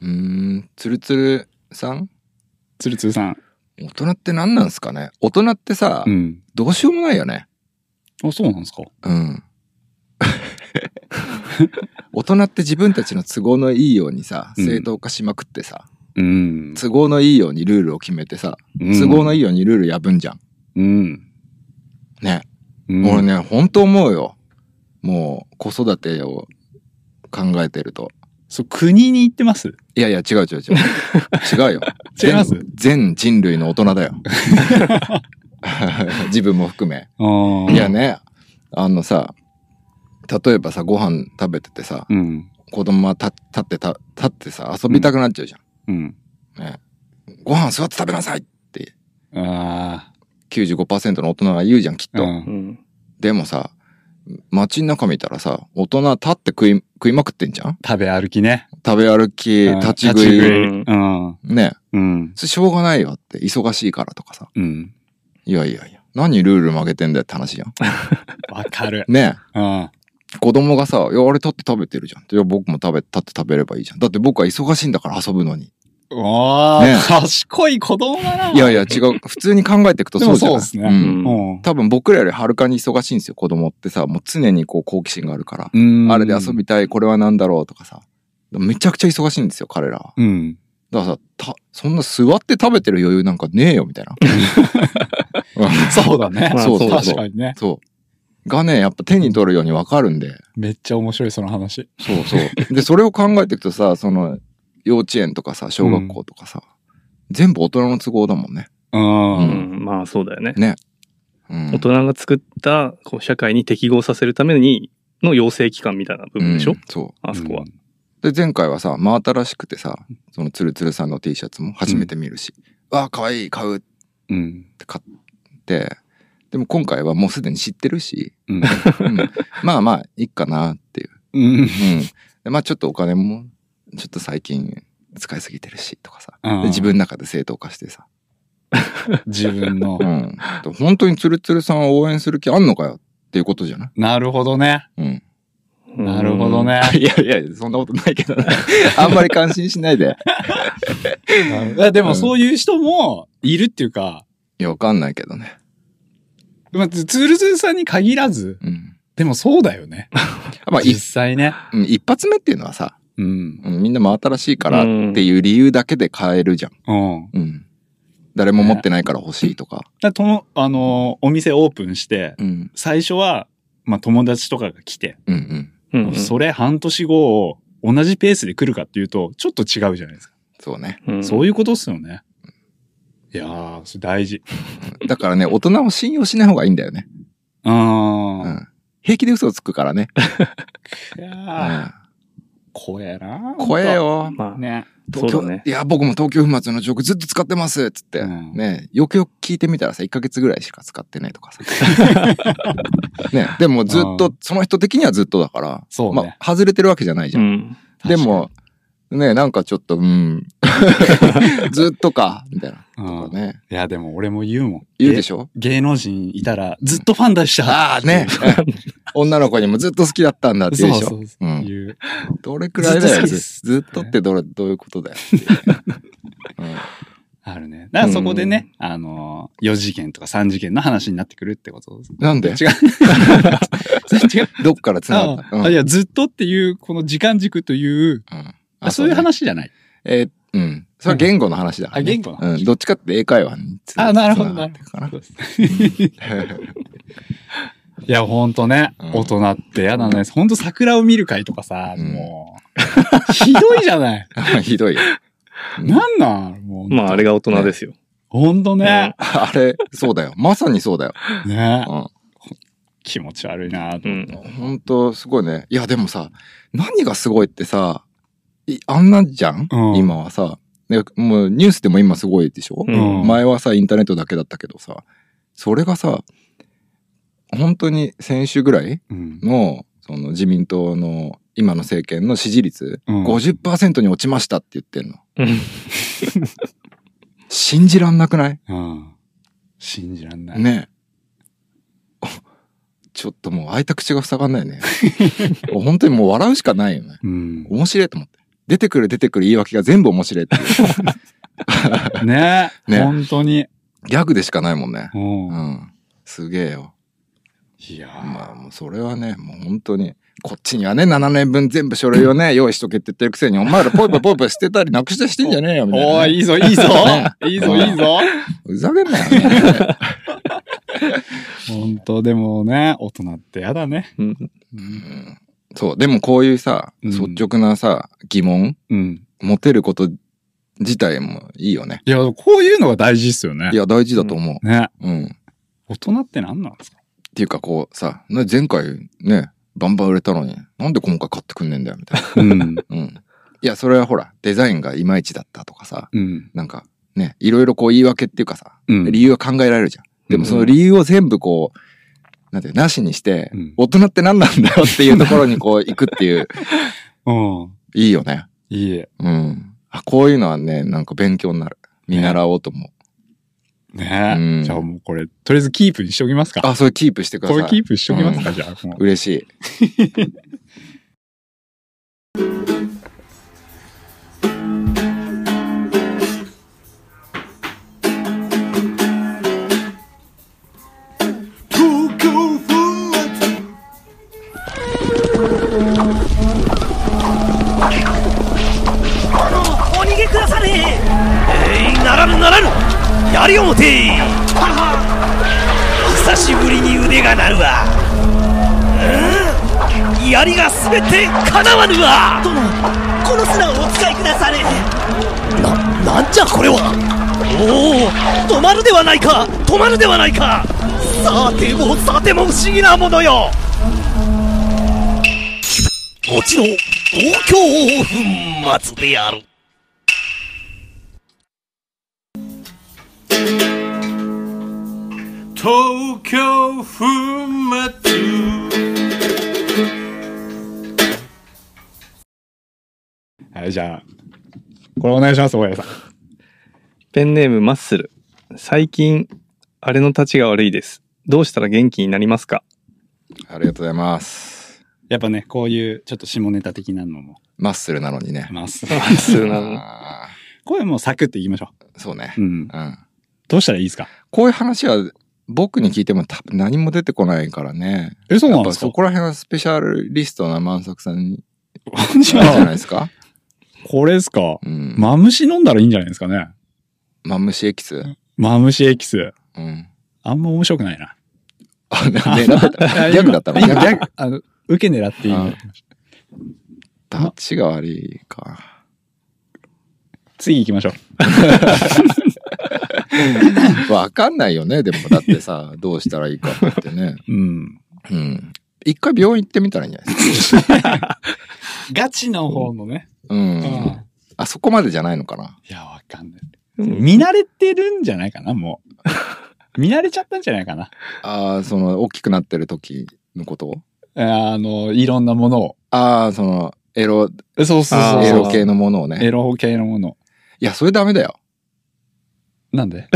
[SPEAKER 2] うん、うーん、つるつるさん
[SPEAKER 1] つるつるさん。
[SPEAKER 2] 大人って何なんすかね大人ってさ、
[SPEAKER 1] うん。
[SPEAKER 2] どうしようもないよね。
[SPEAKER 1] あ、そうなんですか *laughs*
[SPEAKER 2] うん。大人って自分たちの都合のいいようにさ、
[SPEAKER 1] うん
[SPEAKER 2] 正当化しまくってさ、
[SPEAKER 1] うん。
[SPEAKER 2] 都合のいいようにルールを決めてさ、都
[SPEAKER 1] 都
[SPEAKER 2] 合のい
[SPEAKER 1] い。
[SPEAKER 2] いようにルール破んじゃん。
[SPEAKER 1] うん。
[SPEAKER 2] ね。
[SPEAKER 1] うん
[SPEAKER 2] 俺。ね、ほんと思うよ。もう、子育てを考えてると。
[SPEAKER 1] そう、国に行ってます
[SPEAKER 2] いやいや、違う違う違う。違うよ。
[SPEAKER 1] *laughs* 違います
[SPEAKER 2] 全全人類の大人だよ。 *laughs* 自分も含め。
[SPEAKER 1] あー
[SPEAKER 2] いや。ね、あのさ、例えばさ、ご飯食べててさ、
[SPEAKER 1] うん。
[SPEAKER 2] 子供は立立ってた、立ってさ、遊びたくなっちゃうじゃ
[SPEAKER 1] うん。
[SPEAKER 2] ん。ね、ご飯座って食べなさいって
[SPEAKER 1] あ
[SPEAKER 2] 95%の大人が言うじゃん、きっ
[SPEAKER 1] あ。
[SPEAKER 2] と。
[SPEAKER 1] うん
[SPEAKER 3] ん。
[SPEAKER 2] でもさ、街の中見たらさ、大人立って食い、食いまくってんじゃん
[SPEAKER 1] 食べ歩きね。
[SPEAKER 2] 食べ歩き、
[SPEAKER 1] うん
[SPEAKER 2] 立ち食
[SPEAKER 1] 立
[SPEAKER 2] い。
[SPEAKER 1] ち食
[SPEAKER 3] うん
[SPEAKER 1] うん。
[SPEAKER 2] ね。
[SPEAKER 1] うん。
[SPEAKER 2] それしょうがないよって、忙しいからとかさ。
[SPEAKER 1] うん。
[SPEAKER 2] いやいやいや、何ルール曲げてんだよって話じゃん。
[SPEAKER 1] わかる。
[SPEAKER 2] ね
[SPEAKER 1] うん。
[SPEAKER 2] え子供がさ、いや、あれ立って食べてるじゃん。いや、僕も食べ、立って食べればいいじゃん。だって僕は忙しいんだから遊ぶのに。
[SPEAKER 1] おー、
[SPEAKER 2] ね
[SPEAKER 1] 賢い子供だな。
[SPEAKER 2] いやいや、違う。普通に考えていくとそうじゃな
[SPEAKER 1] で
[SPEAKER 2] い
[SPEAKER 1] もそうですね
[SPEAKER 2] ん
[SPEAKER 1] うん。
[SPEAKER 2] 多分僕らよりはるかに忙しいんですよ、子供ってさ。もう常にこう好奇心があるから。
[SPEAKER 1] うん
[SPEAKER 2] あれで遊。びたい、これは何だろうとかさ。めちゃくちゃ忙しいんですよ、彼らは。
[SPEAKER 1] うん。
[SPEAKER 2] だからさ、た、そんな座って食べてる余裕なんかねえよ、みたいな。うん
[SPEAKER 1] そうだね。
[SPEAKER 3] まあ
[SPEAKER 2] そうそうそう
[SPEAKER 1] 確かにね。
[SPEAKER 2] そう。がね、やっぱ手に取るようにわかるんで。
[SPEAKER 1] めっちゃ面白い、その話。
[SPEAKER 2] そうそう。 *laughs* で、それを考えていくとさ、その、幼稚園とかさ、小学校とかさ、全部大人の都合だもんね。
[SPEAKER 1] うん。
[SPEAKER 3] う
[SPEAKER 2] うん
[SPEAKER 3] ん。まあそうだよね。
[SPEAKER 2] うん
[SPEAKER 3] 大人が作ったこう社会に適合させるためにの養成機関みたいな部分でしょ、
[SPEAKER 2] うんそ
[SPEAKER 3] あそこは。
[SPEAKER 2] う。で、前回はさ、真新しくてさ、そのつるつるさんの T シャツも初めて見るし、わあ、かわいい、買うっ
[SPEAKER 1] うん。
[SPEAKER 2] て買って、でも今回はもうすでに知ってるし、
[SPEAKER 1] うん。
[SPEAKER 2] うん *laughs* まあまあ、いいかなっていう。
[SPEAKER 1] うん。
[SPEAKER 2] うん。でまあちょっとお金も、ちょっと最近使いすぎてるし、とかさ。
[SPEAKER 1] うん
[SPEAKER 2] *laughs* で自分の中で正当化してさ。
[SPEAKER 1] 自分の
[SPEAKER 2] う。ん。本当につるつるさんを応援する気あんのかよっていうことじゃない
[SPEAKER 1] なるほどね。
[SPEAKER 2] うん。
[SPEAKER 1] なるほどね。
[SPEAKER 2] *laughs* いやいや、そんなことないけどね。 *laughs* あんまり感心しないで。
[SPEAKER 1] い *laughs* やでもそういう人もいるっていうか、
[SPEAKER 2] いや、わかんないけどね。
[SPEAKER 1] まあ、つつるつるさんに限らず、
[SPEAKER 2] うん。
[SPEAKER 1] でもそうだよね。
[SPEAKER 2] まあ、い
[SPEAKER 1] 実際ね。
[SPEAKER 2] うん一発目っていうのはさ、
[SPEAKER 1] うん。
[SPEAKER 2] うんみんな真新しいからっていう理由だけで買えるじゃん。
[SPEAKER 1] うん。
[SPEAKER 2] うん。誰も持ってないから欲しいとか。
[SPEAKER 1] だとも、あのーお店オープンして、
[SPEAKER 2] うん。
[SPEAKER 1] 最初は、まあ、友達とかが来て、
[SPEAKER 2] うんうん。
[SPEAKER 3] うんうん。
[SPEAKER 1] それ半年後を同じペースで来るかっていうと、ちょっと違うじゃないですか。
[SPEAKER 2] そうね。
[SPEAKER 3] うん
[SPEAKER 1] そういうことっすよね。いやー、それ大事。
[SPEAKER 2] だからね、大人を信用しない方がいいんだよね。
[SPEAKER 1] う。
[SPEAKER 2] うんん。平気で嘘をつくからね。
[SPEAKER 1] いや
[SPEAKER 2] う
[SPEAKER 1] ー
[SPEAKER 2] ん。
[SPEAKER 1] 怖えな
[SPEAKER 2] 怖え。よ。
[SPEAKER 3] まあ、
[SPEAKER 1] ね。
[SPEAKER 2] 東
[SPEAKER 3] そ
[SPEAKER 2] 京、
[SPEAKER 3] うだね
[SPEAKER 2] いや、僕も東京粉末の曲ずっと使ってますっつって、
[SPEAKER 1] うん
[SPEAKER 2] ね、よくよく聞いてみたらさ、1ヶ月ぐらいしか使ってないとかさ。
[SPEAKER 1] *laughs*
[SPEAKER 2] ね、でもずっ
[SPEAKER 1] う
[SPEAKER 2] と、その人的にはずっとだから、
[SPEAKER 1] そうね
[SPEAKER 2] まあ、外れてるわけじゃないじ
[SPEAKER 3] う
[SPEAKER 2] ゃん。
[SPEAKER 3] ん。
[SPEAKER 1] *laughs*
[SPEAKER 2] でも、ね、なんかちょっと、うん、ずっとか、みたいな。
[SPEAKER 1] うん。い
[SPEAKER 2] ね、
[SPEAKER 1] や、でも俺も言うもん。
[SPEAKER 2] 言うでしょ
[SPEAKER 1] 芸芸能人いたら、ずっとファンでした。
[SPEAKER 2] ああね。女の子にもずっと好きだったんだって
[SPEAKER 1] そ
[SPEAKER 2] 言
[SPEAKER 1] う
[SPEAKER 2] うでしょ
[SPEAKER 1] そう。
[SPEAKER 2] うん
[SPEAKER 1] 言う。
[SPEAKER 2] どれくらいだ
[SPEAKER 1] ずっと好
[SPEAKER 2] よ。
[SPEAKER 1] き
[SPEAKER 2] ず
[SPEAKER 1] です
[SPEAKER 2] ずっとってどれ、どういうことだよっ
[SPEAKER 1] *laughs*
[SPEAKER 2] ていう。うん
[SPEAKER 1] あるね。だからそこでね、あのー、4次元とか3次元の話になってくるってこと。
[SPEAKER 2] *laughs* なんで
[SPEAKER 1] 違う。それ違う。
[SPEAKER 2] どっからつなが
[SPEAKER 1] あ
[SPEAKER 2] った、
[SPEAKER 1] あいや、ずっとっていう、この時間軸という、
[SPEAKER 2] うん
[SPEAKER 1] あそういう。
[SPEAKER 2] ね
[SPEAKER 1] 話じゃない。
[SPEAKER 2] えーうん。それは言語の話だからね。
[SPEAKER 1] あ言語の
[SPEAKER 2] う
[SPEAKER 1] 話
[SPEAKER 2] ん。どっちかって英会話につ
[SPEAKER 1] あなるほど
[SPEAKER 2] つがってくかな。
[SPEAKER 1] そうですいや、ほんとね、
[SPEAKER 2] うん
[SPEAKER 1] 大人って嫌だね。ほんと桜を見る会とかさ、
[SPEAKER 2] うん
[SPEAKER 1] もう、ひどいじゃない。
[SPEAKER 2] *laughs* ひどいよ。
[SPEAKER 1] なんなんもう、
[SPEAKER 3] まあ、あれが大人ですよ。
[SPEAKER 1] ほんとね。
[SPEAKER 2] あれ、そうだよ。まさにそうだよ。
[SPEAKER 1] ね
[SPEAKER 2] うん
[SPEAKER 1] 気持ち悪いなと
[SPEAKER 3] う
[SPEAKER 1] 思っ
[SPEAKER 3] ん。
[SPEAKER 2] 本当すごいね。いや、でもさ、何がすごいってさ、いあんなじゃん、
[SPEAKER 1] うん
[SPEAKER 2] 今はさ。ねもうニュースでも今すごいでしょ、
[SPEAKER 3] うん
[SPEAKER 2] 前はさ、インターネットだけだったけどさ、それがさ、本当に先週ぐらい
[SPEAKER 1] て。うん
[SPEAKER 2] の、その自民党の今の政権の支持率、
[SPEAKER 1] うん
[SPEAKER 2] 50%に落ちましたって言ってんの。
[SPEAKER 3] うん
[SPEAKER 2] 信じらんなくない
[SPEAKER 1] うん。信じらんない。
[SPEAKER 2] ねえちょっともう開いた口が塞がんない
[SPEAKER 1] *laughs*
[SPEAKER 2] ね。もう本当にもう笑うしかないよね。
[SPEAKER 1] うん。
[SPEAKER 2] 面白いと思って。出てくる出てくる言い訳が全部面白
[SPEAKER 1] *laughs*
[SPEAKER 2] いっていう。
[SPEAKER 1] ね
[SPEAKER 2] ね
[SPEAKER 1] 本当に。
[SPEAKER 2] ギャグでしかないもんね。
[SPEAKER 1] うん
[SPEAKER 2] うん。すげえよ。
[SPEAKER 1] いや
[SPEAKER 2] まあもうそれはね、もう本当に。こっちにはね、7年分全部書類
[SPEAKER 1] *laughs*
[SPEAKER 2] をね、用意しとけって言ってるくせに、お前らぽいぽいぽいぽい捨てたりなくしてしてんじゃねえよ、みたいなね、
[SPEAKER 1] おーいいぞ、いいぞ
[SPEAKER 2] *laughs* ね
[SPEAKER 1] いいぞ、いいぞ
[SPEAKER 2] ふざけんなよ、ね。
[SPEAKER 1] 本当でもね、大人ってやだね。
[SPEAKER 3] うん。
[SPEAKER 2] うんそう、でもこういうさ、
[SPEAKER 1] うん
[SPEAKER 2] 率直なさ、疑問、
[SPEAKER 1] うん。
[SPEAKER 2] 持てること自体もいいよね。
[SPEAKER 1] いや、こういうのが大事っすよね
[SPEAKER 2] い。や、大事だと思
[SPEAKER 1] ね。
[SPEAKER 2] う。うん。
[SPEAKER 1] 大人って何なんですか
[SPEAKER 2] っていうかこうさ、ね、前回ね、バンバン売れたのに、なんで今回買ってくんねえんだよ、み
[SPEAKER 1] *laughs*
[SPEAKER 2] たい
[SPEAKER 1] う
[SPEAKER 2] な。
[SPEAKER 1] ん。
[SPEAKER 2] うん。いや、それはほら、デザインがいまいちだったとかさ、
[SPEAKER 1] うん。
[SPEAKER 2] なんかね、いろいろこう言い訳っていうかさ、
[SPEAKER 1] うん
[SPEAKER 2] 理由は考えられるじゃん。でもその理由を全部こう、なんていうの、なしにして、
[SPEAKER 1] うん
[SPEAKER 2] 大人って何なんだよっていうところにこう行くっていう、
[SPEAKER 1] うん。
[SPEAKER 2] いいよね。
[SPEAKER 1] いいえ。
[SPEAKER 2] うん。あ、こういうのはね、なんか勉強になる。見習おうと思う。う
[SPEAKER 1] ね
[SPEAKER 2] ん
[SPEAKER 1] じゃあもうこれ、とりあえずキープにしときますか。
[SPEAKER 2] あ、それキープしてくだ
[SPEAKER 1] こ
[SPEAKER 2] さい。
[SPEAKER 1] れキープしときますか、じゃあ。もう
[SPEAKER 2] 嬉しい。
[SPEAKER 4] お逃げくだされえいならぬならぬ槍を持てはは久しぶりに腕が鳴るわうん槍が全てかなわぬわ殿この砂をお使いくだされな、なんじゃこれはおお止まるではないか止まるではないかさてもさても不思議なものよ後の東京粉末である
[SPEAKER 5] 東京粉末
[SPEAKER 1] はい、じゃあ、これお願いします、大家さん。
[SPEAKER 3] ペンネームマッスル。最近、あれの立ちが悪いです。どうしたら元気になりますか
[SPEAKER 2] ありがとうございます。
[SPEAKER 1] やっぱね、こういうちょっと下ネタ的なのも
[SPEAKER 2] マッスルなのにね。
[SPEAKER 1] *laughs* ます。
[SPEAKER 3] マッスルなの。
[SPEAKER 2] あ
[SPEAKER 1] これもうサクっていきましょ
[SPEAKER 2] ーそうね
[SPEAKER 1] う。。うん。
[SPEAKER 2] うん。
[SPEAKER 1] どうしたらいいですか
[SPEAKER 2] こういう話は僕に聞いても多分何も出てこないからね。
[SPEAKER 1] え、そう
[SPEAKER 2] や
[SPEAKER 1] な
[SPEAKER 2] っ
[SPEAKER 1] ん
[SPEAKER 2] ぱ
[SPEAKER 1] ですか
[SPEAKER 2] そこら辺はスペシャルリストな万作さんに
[SPEAKER 1] じ
[SPEAKER 2] あるじゃ
[SPEAKER 1] *laughs*
[SPEAKER 2] ない
[SPEAKER 1] ゃあ、
[SPEAKER 2] ですか。
[SPEAKER 1] これですか
[SPEAKER 2] うん。ま、
[SPEAKER 1] マムシ飲んだらいいんじゃないですかね。
[SPEAKER 2] マムシエキス。
[SPEAKER 1] マムシエキス。
[SPEAKER 2] うん。
[SPEAKER 1] あんま面白くないな。 *laughs*
[SPEAKER 2] あ、ね、狙ってた。ギャグだったの
[SPEAKER 1] い
[SPEAKER 2] ギ
[SPEAKER 1] や
[SPEAKER 2] ャ
[SPEAKER 1] ギャ
[SPEAKER 2] グ
[SPEAKER 1] グ。あの、受け狙っていいんだ
[SPEAKER 2] タッチが悪いか。
[SPEAKER 1] 次行きましょう。
[SPEAKER 2] *laughs* わかんないよね。でもだってさ、どうしたらいいかってね。
[SPEAKER 1] うん。
[SPEAKER 2] うん。一回病院行ってみたらいいんじゃないですか。
[SPEAKER 1] ガチの方のね。
[SPEAKER 2] う
[SPEAKER 1] うん。
[SPEAKER 2] ん。あそこまでじゃないのかな。
[SPEAKER 1] いや、わかんない。
[SPEAKER 3] うん
[SPEAKER 1] 見慣れてるんじゃないかな、もう。 *laughs* 見慣れちゃったんじゃないかな。
[SPEAKER 2] ああ、その、大きくなってる時のこと
[SPEAKER 1] あの、いろんなものを。
[SPEAKER 2] ああ、その、エロ、
[SPEAKER 1] そうそう
[SPEAKER 3] あ
[SPEAKER 1] そ
[SPEAKER 3] ー
[SPEAKER 1] う
[SPEAKER 2] エ
[SPEAKER 1] そ
[SPEAKER 2] ロ
[SPEAKER 1] う。
[SPEAKER 2] 系のものをね。
[SPEAKER 1] エロ系のもの。
[SPEAKER 2] いや、それダメだよ。
[SPEAKER 1] なんで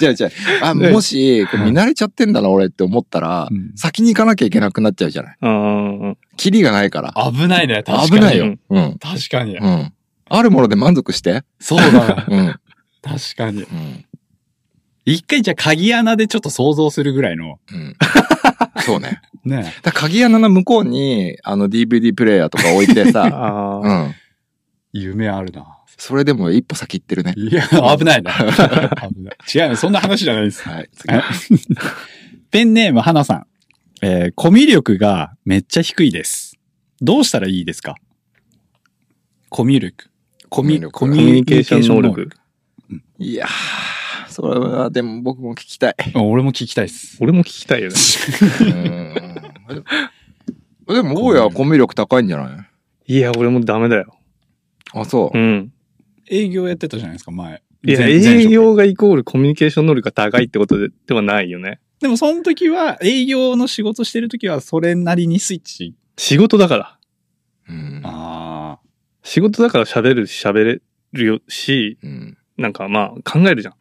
[SPEAKER 2] 違う違う。あ、
[SPEAKER 3] ね
[SPEAKER 2] もし、これ見慣れちゃってんだな、俺って思ったら、
[SPEAKER 1] うん
[SPEAKER 2] 先に行かなきゃいけなくなっちゃうじゃない。
[SPEAKER 3] うん。
[SPEAKER 2] キリがないから。
[SPEAKER 1] 危ないね、確かに。
[SPEAKER 2] 危ない
[SPEAKER 3] に
[SPEAKER 2] よ。うん。
[SPEAKER 1] 確かに
[SPEAKER 2] う。ん。あるもので満足して。
[SPEAKER 1] そうだ *laughs* な。
[SPEAKER 2] うん。うん。
[SPEAKER 1] 確かに。一回じゃあ鍵穴でちょっと想像するぐらいの。
[SPEAKER 2] うん。そうね。
[SPEAKER 1] ね
[SPEAKER 2] だから鍵穴の向こうに、あの DVD プレイヤーとか置いて *laughs* さ、
[SPEAKER 3] あ
[SPEAKER 2] う
[SPEAKER 3] あ。
[SPEAKER 2] ん。
[SPEAKER 1] 夢あるな。
[SPEAKER 2] それでも一歩先行ってるね。
[SPEAKER 1] い *laughs* や、危ないね。危ない。違うよ、そんな話じゃないです。
[SPEAKER 2] はい。次
[SPEAKER 1] えペンネーム、花さん。えー、コミュ力がめっちゃ低いです。どうしたらいいですかコミュ力。コミ
[SPEAKER 2] コミュ力
[SPEAKER 1] コ
[SPEAKER 3] コ
[SPEAKER 1] ミ
[SPEAKER 3] ミュ
[SPEAKER 1] ュ
[SPEAKER 3] ニ
[SPEAKER 1] ニ
[SPEAKER 3] ケ
[SPEAKER 1] ケ
[SPEAKER 3] ー
[SPEAKER 1] ー
[SPEAKER 3] シ
[SPEAKER 1] シ
[SPEAKER 3] ョ
[SPEAKER 1] ョ
[SPEAKER 3] ン
[SPEAKER 1] ン能
[SPEAKER 3] 能力
[SPEAKER 1] 力。。
[SPEAKER 2] いやー、それはでも僕も聞きたい。
[SPEAKER 1] 俺も聞きたいです。
[SPEAKER 3] 俺も聞きたいよね。
[SPEAKER 2] うん。でも、大家はコミュ力高いんじゃない
[SPEAKER 3] いや、俺もダメだよ。
[SPEAKER 2] あ、そう
[SPEAKER 3] う。ん。
[SPEAKER 1] 営業やってたじゃないですか、前。
[SPEAKER 3] いや、
[SPEAKER 1] 前前
[SPEAKER 3] 営
[SPEAKER 1] 職
[SPEAKER 3] 業がイコールコミュニケーション能力が高いってことでではないよね。
[SPEAKER 1] でも、その時は、営業の仕事してる時は、それなりにスイッチ。
[SPEAKER 3] 仕事だから。
[SPEAKER 2] うん。
[SPEAKER 1] ああ。
[SPEAKER 3] 仕事だから喋るし喋れるよし、
[SPEAKER 2] うん。
[SPEAKER 3] なんかまあ考えるじゃん。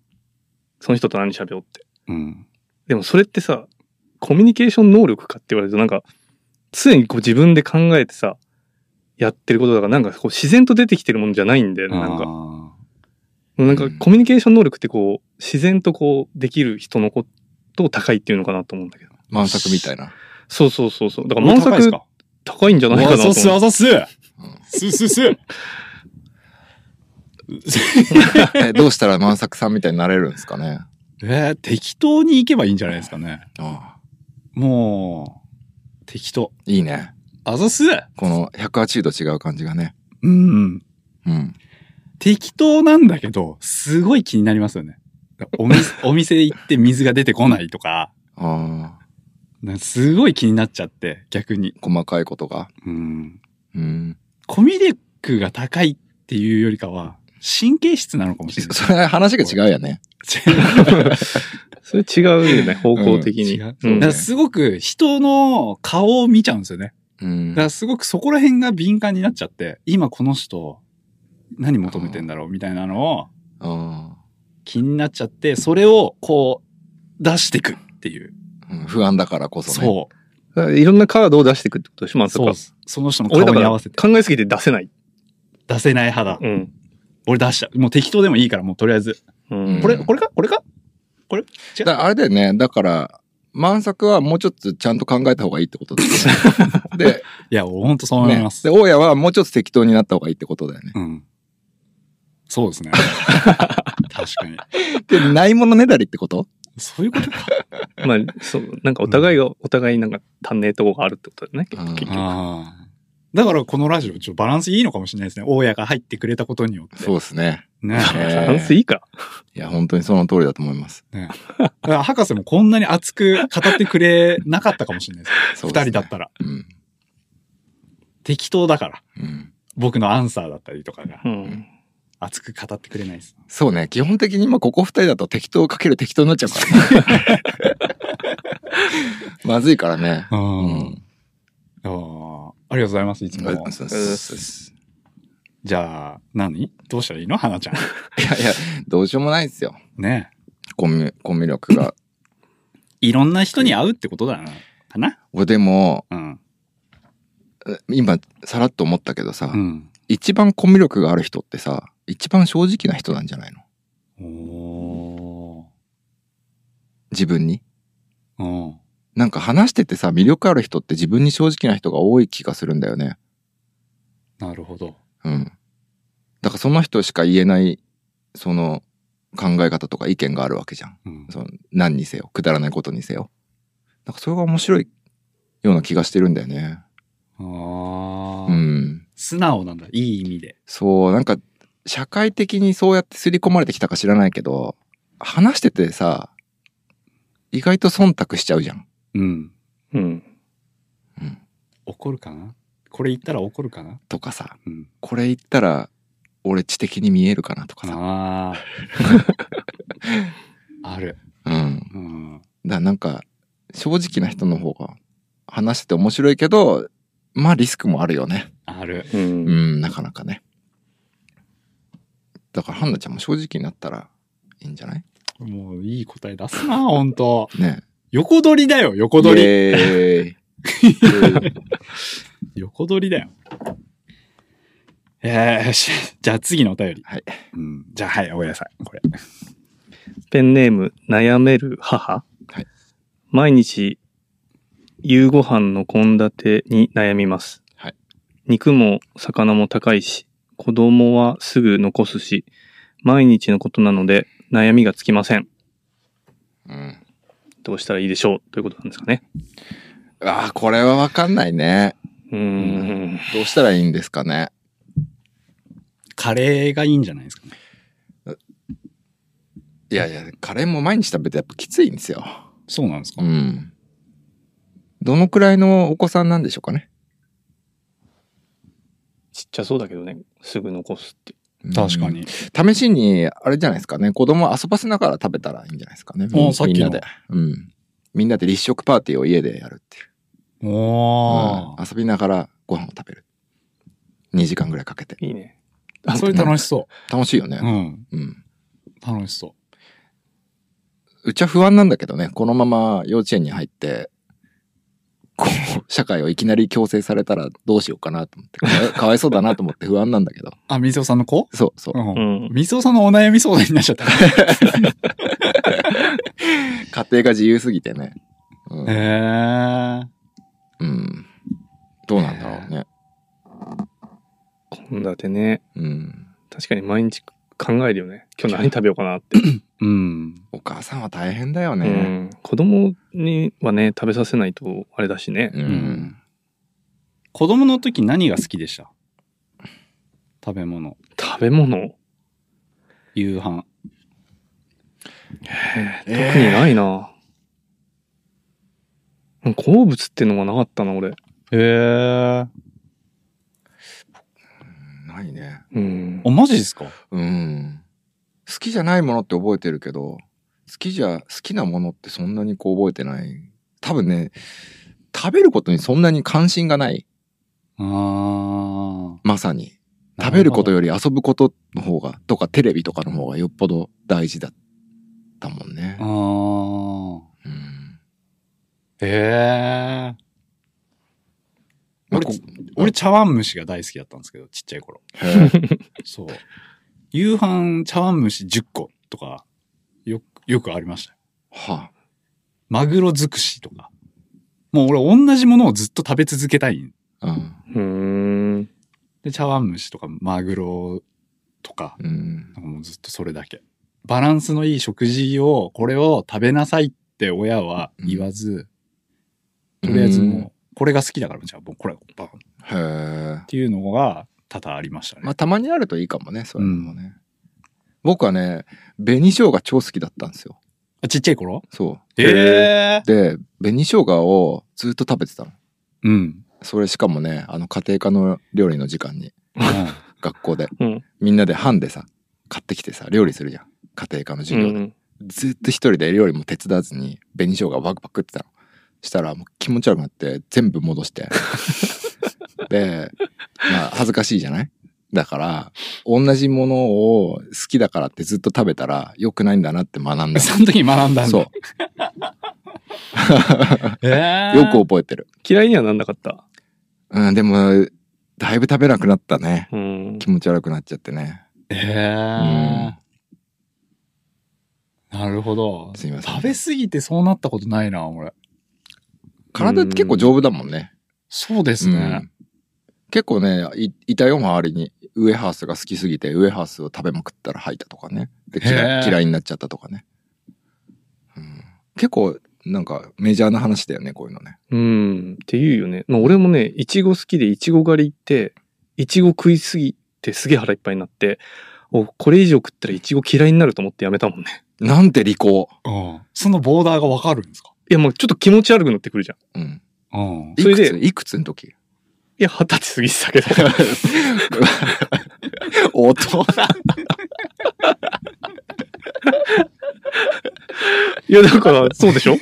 [SPEAKER 3] その人と何喋ろうって。
[SPEAKER 1] うん。
[SPEAKER 3] でもそれってさ、コミュニケーション能力かって言われるとなんか、常にこう自分で考えてさ、やってることだからなんかこう自然と出てきてるもんじゃないんだよね。なんか、
[SPEAKER 1] か。
[SPEAKER 3] なんかコミュニケーション能力ってこう、自然とこうできる人のことを高いっていうのかなと思うんだけど。
[SPEAKER 2] 満作みたいな。
[SPEAKER 3] そうそうそうそう。だから満
[SPEAKER 1] 満
[SPEAKER 3] 作
[SPEAKER 1] 作。
[SPEAKER 3] 高いんじゃないかな
[SPEAKER 1] あざ
[SPEAKER 3] と
[SPEAKER 1] っ
[SPEAKER 3] 思
[SPEAKER 1] す、あ
[SPEAKER 3] う。
[SPEAKER 1] ざっす。すすす。
[SPEAKER 2] え、どうしたら満作さんみたいになれるんですかね。
[SPEAKER 1] えー、適当に行けばいいんじゃないですかね。
[SPEAKER 2] ああ
[SPEAKER 1] もう、適当。
[SPEAKER 2] いいね。
[SPEAKER 1] あざっす。
[SPEAKER 2] この180度違う感じがね。
[SPEAKER 1] うん。
[SPEAKER 2] うん。
[SPEAKER 1] 適当なんだけど、すごい気になりますよね。お店、 *laughs* お店行って水が出てこないとか、
[SPEAKER 2] ああ、
[SPEAKER 1] なんかすごい気になっちゃって、逆に。
[SPEAKER 2] 細かいことが。
[SPEAKER 1] うん。
[SPEAKER 2] うん。
[SPEAKER 1] コミュ力が高いっていうよりかは、神経質なのかもしれ
[SPEAKER 2] それ話が違うよね。
[SPEAKER 1] ない。
[SPEAKER 3] それ違うよね、方向的に。
[SPEAKER 1] 違う。
[SPEAKER 3] うん
[SPEAKER 1] だからすごく人の顔を見ちゃうんですよね。
[SPEAKER 2] うん
[SPEAKER 1] だか。らすごくそこら辺が敏感になっちゃって、今この人、何求めてんだろうみたいなのを
[SPEAKER 2] あ
[SPEAKER 1] 気になっちゃって、それをこう出してくっていう。
[SPEAKER 2] あうん不安だからこそね。
[SPEAKER 1] そう。
[SPEAKER 3] だからいろんなカードを出していくってことでしょ、満足
[SPEAKER 1] そう
[SPEAKER 3] は
[SPEAKER 1] っ。す。その人の
[SPEAKER 3] 俺
[SPEAKER 1] 顔
[SPEAKER 3] だか
[SPEAKER 1] に
[SPEAKER 3] ら
[SPEAKER 1] 合わ
[SPEAKER 3] 考
[SPEAKER 1] せて。
[SPEAKER 3] えすぎて出せない。
[SPEAKER 1] 出せない派だ。
[SPEAKER 3] うん。
[SPEAKER 1] 俺出した。もう適当でもいいから、もうとりあえず。
[SPEAKER 3] うん
[SPEAKER 1] これ、
[SPEAKER 2] うん
[SPEAKER 1] これかこれか
[SPEAKER 2] だからあれだよね。だから、満作はもうちょっとちゃんと考えた方がいいってことですね。
[SPEAKER 1] *laughs*
[SPEAKER 2] で、
[SPEAKER 1] いや、俺ほんとそう思い
[SPEAKER 2] ね
[SPEAKER 1] ま。す。
[SPEAKER 2] で、大家はもうちょっと適当になった方がいいってことだよね。
[SPEAKER 1] うん。そうですね。確かに。
[SPEAKER 2] で、ないものねだりってこと
[SPEAKER 1] そういうことか。
[SPEAKER 2] *laughs*
[SPEAKER 3] まあ、そう、なんかお互いが、お互いなんか足んねえとこがあるってことだね、結
[SPEAKER 2] うん
[SPEAKER 3] 結局。
[SPEAKER 1] ああ。だからこのラジオ、ちょっとバランスいいのかもしれないですね。大家が入ってくれたことによって。
[SPEAKER 2] *laughs* そうですね。
[SPEAKER 1] ね。
[SPEAKER 2] えー
[SPEAKER 3] バランスいいか。
[SPEAKER 2] いや、本当にその通りだと思います。
[SPEAKER 1] だから博士もこんなに熱く語ってくれなかったかもしれないです。
[SPEAKER 2] そ
[SPEAKER 1] 二
[SPEAKER 2] うですね
[SPEAKER 1] 人だったら。
[SPEAKER 2] うん。
[SPEAKER 1] 適当だから。
[SPEAKER 2] うん。
[SPEAKER 1] 僕のアンサーだったりとかが
[SPEAKER 3] う。
[SPEAKER 2] ん
[SPEAKER 3] ん。
[SPEAKER 1] 熱く語ってくれないです。
[SPEAKER 2] そうね。基本的に今ここ二人だと適当かける適当になっちゃうから
[SPEAKER 1] *laughs*
[SPEAKER 2] ね。まずいからね。
[SPEAKER 1] う。
[SPEAKER 2] うんん。
[SPEAKER 1] あーありがとうございます、いつも。
[SPEAKER 2] そうそうそう
[SPEAKER 1] じゃあ、何どうしたらいいの花ち *laughs* ゃん。
[SPEAKER 2] いやいや、どうしようもないですよ。
[SPEAKER 1] ね
[SPEAKER 2] コミュ、コミュ
[SPEAKER 1] *laughs*
[SPEAKER 2] 力が。
[SPEAKER 1] いろんな人に会うってことだな。かな
[SPEAKER 2] 俺でも、
[SPEAKER 1] うん。
[SPEAKER 2] え今、さらっと思ったけどさ、
[SPEAKER 1] うん。
[SPEAKER 2] 一番コミュ力がある人ってさ、一番正直な人なんじゃないの
[SPEAKER 1] お
[SPEAKER 2] 自分に。
[SPEAKER 1] ー。うん。
[SPEAKER 2] なんか話しててさ、魅力ある人って自分に正直な人が多い気がするんだよね。
[SPEAKER 1] なるほど。
[SPEAKER 2] うん。だからその人しか言えない、その考え方とか意見があるわけじゃん。
[SPEAKER 1] うん。
[SPEAKER 2] その何にせよ、くだらないことにせよ。なんかそれが面白いような気がしてるんだよね。
[SPEAKER 1] ああ、
[SPEAKER 2] うん。
[SPEAKER 1] 素直なんだ。いい意味で。
[SPEAKER 2] そう、なんか社会的にそうやって刷り込まれてきたか知らないけど、話しててさ、意外と忖度しちゃうじゃん。
[SPEAKER 1] うん。
[SPEAKER 3] うん。
[SPEAKER 2] うん。
[SPEAKER 1] 怒るかなこれ言ったら怒るかな
[SPEAKER 2] とかさ、
[SPEAKER 1] うん。
[SPEAKER 2] これ言ったら俺知的に見えるかなとかさ。
[SPEAKER 1] あ *laughs* あ。ある。
[SPEAKER 2] うん。
[SPEAKER 1] うん。
[SPEAKER 2] だからなんか正直な人の方が話してて面白いけどまあリスクもあるよね
[SPEAKER 1] ある。
[SPEAKER 3] う。
[SPEAKER 2] うんんなかなかねだから、ハンナちゃんも正直になったらいいんじゃない
[SPEAKER 1] もういい答え出すな、本当
[SPEAKER 2] ね。
[SPEAKER 1] 横取りだよ、横
[SPEAKER 2] イ
[SPEAKER 1] 取り。
[SPEAKER 2] エーイ *laughs*
[SPEAKER 1] 横取りだよ。えー、よし。じゃあ次のお便り。
[SPEAKER 2] はい。
[SPEAKER 1] うん、じゃあはい、おやさい。これ。
[SPEAKER 3] ペンネーム、悩める母。
[SPEAKER 2] はい
[SPEAKER 3] 毎日、夕ご飯の献立に悩みます。
[SPEAKER 2] はい
[SPEAKER 3] 肉も魚も高いし、子供はすぐ残すし、毎日のことなので悩みがつきません。
[SPEAKER 2] うん。
[SPEAKER 3] どうしたらいいでしょうということなんですかね。
[SPEAKER 2] ああ、これはわかんないね。
[SPEAKER 3] うーん。
[SPEAKER 2] どうしたらいいんですかね。
[SPEAKER 1] カレーがいいんじゃないですかね。
[SPEAKER 2] いやいや、カレーも毎日食べてやっぱきついんですよ。
[SPEAKER 1] そうなんですか、
[SPEAKER 2] うん。どのくらいのお子さんなんでしょうかね。
[SPEAKER 3] ちっちゃそうだけどね、すぐ残すって。
[SPEAKER 2] うん
[SPEAKER 1] 確か。に。
[SPEAKER 2] 試しに、あれじゃないですかね。子供を遊ばせながら食べたらいいんじゃないですかね。
[SPEAKER 1] おーさっきの
[SPEAKER 2] みんなで。うん。みんなで立食パーティーを家でやるっていう。
[SPEAKER 1] お
[SPEAKER 2] うん遊びながらご飯を食べる。2時間ぐらいかけて。
[SPEAKER 3] いいね。
[SPEAKER 1] ー。それ楽しそ
[SPEAKER 2] 楽しいよね
[SPEAKER 1] う。う。ん。
[SPEAKER 2] うん
[SPEAKER 1] 楽しそう
[SPEAKER 2] ちは不安なんだけどね、このまま幼稚園に入って、こう、社会をいきなり強制されたらどうしようかなと思って、かわい *laughs* かわいそうだなと思って不安なんだけど。
[SPEAKER 1] う。あ、水尾さんの子。
[SPEAKER 2] そうそうう。
[SPEAKER 3] うんん。
[SPEAKER 1] 水尾さんのお悩み相談になっちゃ
[SPEAKER 2] *laughs*
[SPEAKER 1] った。
[SPEAKER 2] 家庭が自由すぎてね。うん。
[SPEAKER 1] へえ。
[SPEAKER 2] うん、どうなんだろうね。
[SPEAKER 3] 献立ね、
[SPEAKER 2] うん。
[SPEAKER 3] 確かに毎日考えるよね。今日何食べようかなって。
[SPEAKER 1] うん。
[SPEAKER 2] お母さんは大変だよ
[SPEAKER 3] う
[SPEAKER 2] ね。
[SPEAKER 3] ん。子供にはね、食べさせないとあれだしね。
[SPEAKER 2] うん。
[SPEAKER 1] ん子供の時何が好きでした食べ物。
[SPEAKER 3] 食べ物
[SPEAKER 1] 夕飯。
[SPEAKER 3] 特にないな、好物ってのがなかったな、俺。
[SPEAKER 1] へえ。
[SPEAKER 2] ないね。
[SPEAKER 3] うん
[SPEAKER 1] お、。マジですか
[SPEAKER 2] うん。好きじゃないものって覚えてるけど、好きじゃ、好きなものってそんなにこう覚えてない。多分ね、食べることにそんなに関心がない。
[SPEAKER 1] あー。
[SPEAKER 2] まさに。
[SPEAKER 1] なるほど
[SPEAKER 2] 食べることより遊ぶことの方が、とかテレビとかの方がよっぽど大事だったもんね
[SPEAKER 1] あ。ー。
[SPEAKER 2] うん
[SPEAKER 1] へえ。
[SPEAKER 2] まあ
[SPEAKER 1] 俺
[SPEAKER 2] こ
[SPEAKER 1] 俺茶碗蒸しが大好きだったんですけど、ちっちゃい頃。
[SPEAKER 2] へえ
[SPEAKER 1] そう。夕飯茶碗蒸し10個とか、よ、よくありましたよ。
[SPEAKER 2] はあ
[SPEAKER 1] マグロ尽くしとか。もう俺同じものをずっと食べ続けたいん。
[SPEAKER 2] うん
[SPEAKER 3] うーん。
[SPEAKER 1] で、茶碗蒸しとかマグロとか、
[SPEAKER 2] うん
[SPEAKER 1] なんかもうずっとそれだけ。バランスのいい食事を、これを食べなさいって親は言わず、とりあえずもう、これが好きだから、じゃあもうこれ、バンっ
[SPEAKER 2] へえ
[SPEAKER 1] ていうのが多々ありましたね。
[SPEAKER 2] まあたまにあるといいかもねそういうのもね、僕はね紅生姜超好きだったんですよ
[SPEAKER 1] あちっちゃい頃
[SPEAKER 2] そ
[SPEAKER 1] ええ
[SPEAKER 2] うで紅生姜をずっと食べてたの
[SPEAKER 1] うん。
[SPEAKER 2] それしかもねあの家庭科の料理の時間に学校で
[SPEAKER 3] うん。
[SPEAKER 2] みんなで班でさ買ってきてさ料理するじゃん家庭科の
[SPEAKER 3] う
[SPEAKER 2] 授業で、
[SPEAKER 3] ん。
[SPEAKER 2] ずっと一人で料理も手伝わずに紅生姜をバクバクってたのしたらもう気持ち悪くなって全部戻して
[SPEAKER 1] *laughs*
[SPEAKER 2] でまあ恥ずかしいじゃないだから同じものを好きだからってずっと食べたら良くないんだなって学ん
[SPEAKER 1] うん *laughs*
[SPEAKER 2] だ
[SPEAKER 1] その時学んだんだ。
[SPEAKER 2] そう。
[SPEAKER 1] ええ
[SPEAKER 2] よく覚えてる、
[SPEAKER 3] 嫌いにはなんなかった。
[SPEAKER 2] うん、でもだいぶ食べなくなったね
[SPEAKER 3] うん。
[SPEAKER 2] 気持ち悪くなっちゃってね
[SPEAKER 1] ええなるほど。
[SPEAKER 2] すいません
[SPEAKER 1] 食べ過ぎてそうなったことないな、俺。
[SPEAKER 2] 体って結構丈夫だもんね、
[SPEAKER 1] そうですね。
[SPEAKER 2] うん結構ねいいたよ周りにウエハースが好きすぎてウエハースを食べまくったら吐いたとかねで
[SPEAKER 1] へ
[SPEAKER 2] 嫌い
[SPEAKER 1] ー
[SPEAKER 2] 嫌いになっちゃったとかね、うん結構なんかメジャーな話だよねこういうのね
[SPEAKER 3] うん。って言うよね。まあ俺もね、いちご好きでいちご狩り行って、いちご食いすぎてすげえ腹いっぱいになって、お、これ以上食ったらいちご嫌いになると思ってやめたもんね。
[SPEAKER 2] なんて利口、
[SPEAKER 1] うん。そのボーダーがわかるんですか
[SPEAKER 3] いやもうちょっと気持ち悪くなってくるじゃん。
[SPEAKER 2] うん、
[SPEAKER 1] うん。
[SPEAKER 2] い
[SPEAKER 3] それ
[SPEAKER 2] く
[SPEAKER 3] で
[SPEAKER 2] ついくつの時
[SPEAKER 3] いや、二十歳過ぎてたけど。
[SPEAKER 2] 大人
[SPEAKER 3] いや、だから、そう
[SPEAKER 1] *laughs*
[SPEAKER 3] でしょ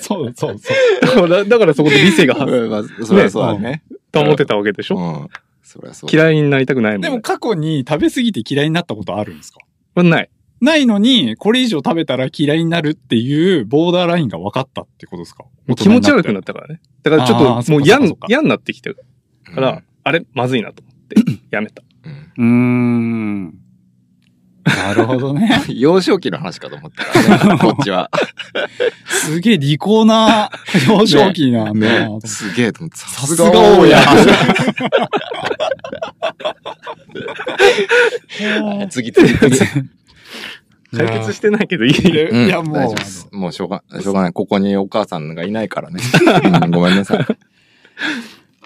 [SPEAKER 1] そうそうそう。
[SPEAKER 3] だから、だからそこで理性が
[SPEAKER 2] うんまあそれはそうだね
[SPEAKER 3] 保てたわけでしょ、
[SPEAKER 2] うん、そりゃそう。
[SPEAKER 3] 嫌いになりたくないもん、ね。
[SPEAKER 1] でも過去に食べ過ぎて嫌いになったことあるんですか
[SPEAKER 3] これない。
[SPEAKER 1] ないのに、これ以上食べたら嫌いになるっていうボーダーラインが分かったってことですか
[SPEAKER 3] もう気持ち悪くなったからね。だからちょ
[SPEAKER 1] あー
[SPEAKER 3] っと
[SPEAKER 1] そっ
[SPEAKER 3] もう
[SPEAKER 1] か
[SPEAKER 3] 嫌
[SPEAKER 1] そ
[SPEAKER 3] に
[SPEAKER 1] っか
[SPEAKER 3] 嫌になってきてるから、あれまずいなと
[SPEAKER 1] *laughs*
[SPEAKER 3] 思って、やめた。
[SPEAKER 2] うん
[SPEAKER 1] うーん。なるほど
[SPEAKER 3] *laughs*
[SPEAKER 1] ね。
[SPEAKER 2] 幼少期の話かと思ったからね、こっちは。
[SPEAKER 1] すげえ利口
[SPEAKER 3] *laughs*
[SPEAKER 1] な幼少期なんだなと思って
[SPEAKER 2] すげえと思って、
[SPEAKER 1] さ
[SPEAKER 2] さ
[SPEAKER 1] す
[SPEAKER 2] す
[SPEAKER 1] が
[SPEAKER 2] が
[SPEAKER 1] 大
[SPEAKER 2] 大
[SPEAKER 1] 家
[SPEAKER 2] 家。
[SPEAKER 1] は
[SPEAKER 2] *laughs* 次次次。
[SPEAKER 3] *laughs* 解決してないけどいい。
[SPEAKER 1] いいや、
[SPEAKER 2] 大
[SPEAKER 1] も
[SPEAKER 2] 丈夫
[SPEAKER 1] う
[SPEAKER 2] で、すもうしょうが、しょうがない。ここにお母さんがいないからね。うん *laughs* ごめんなさい。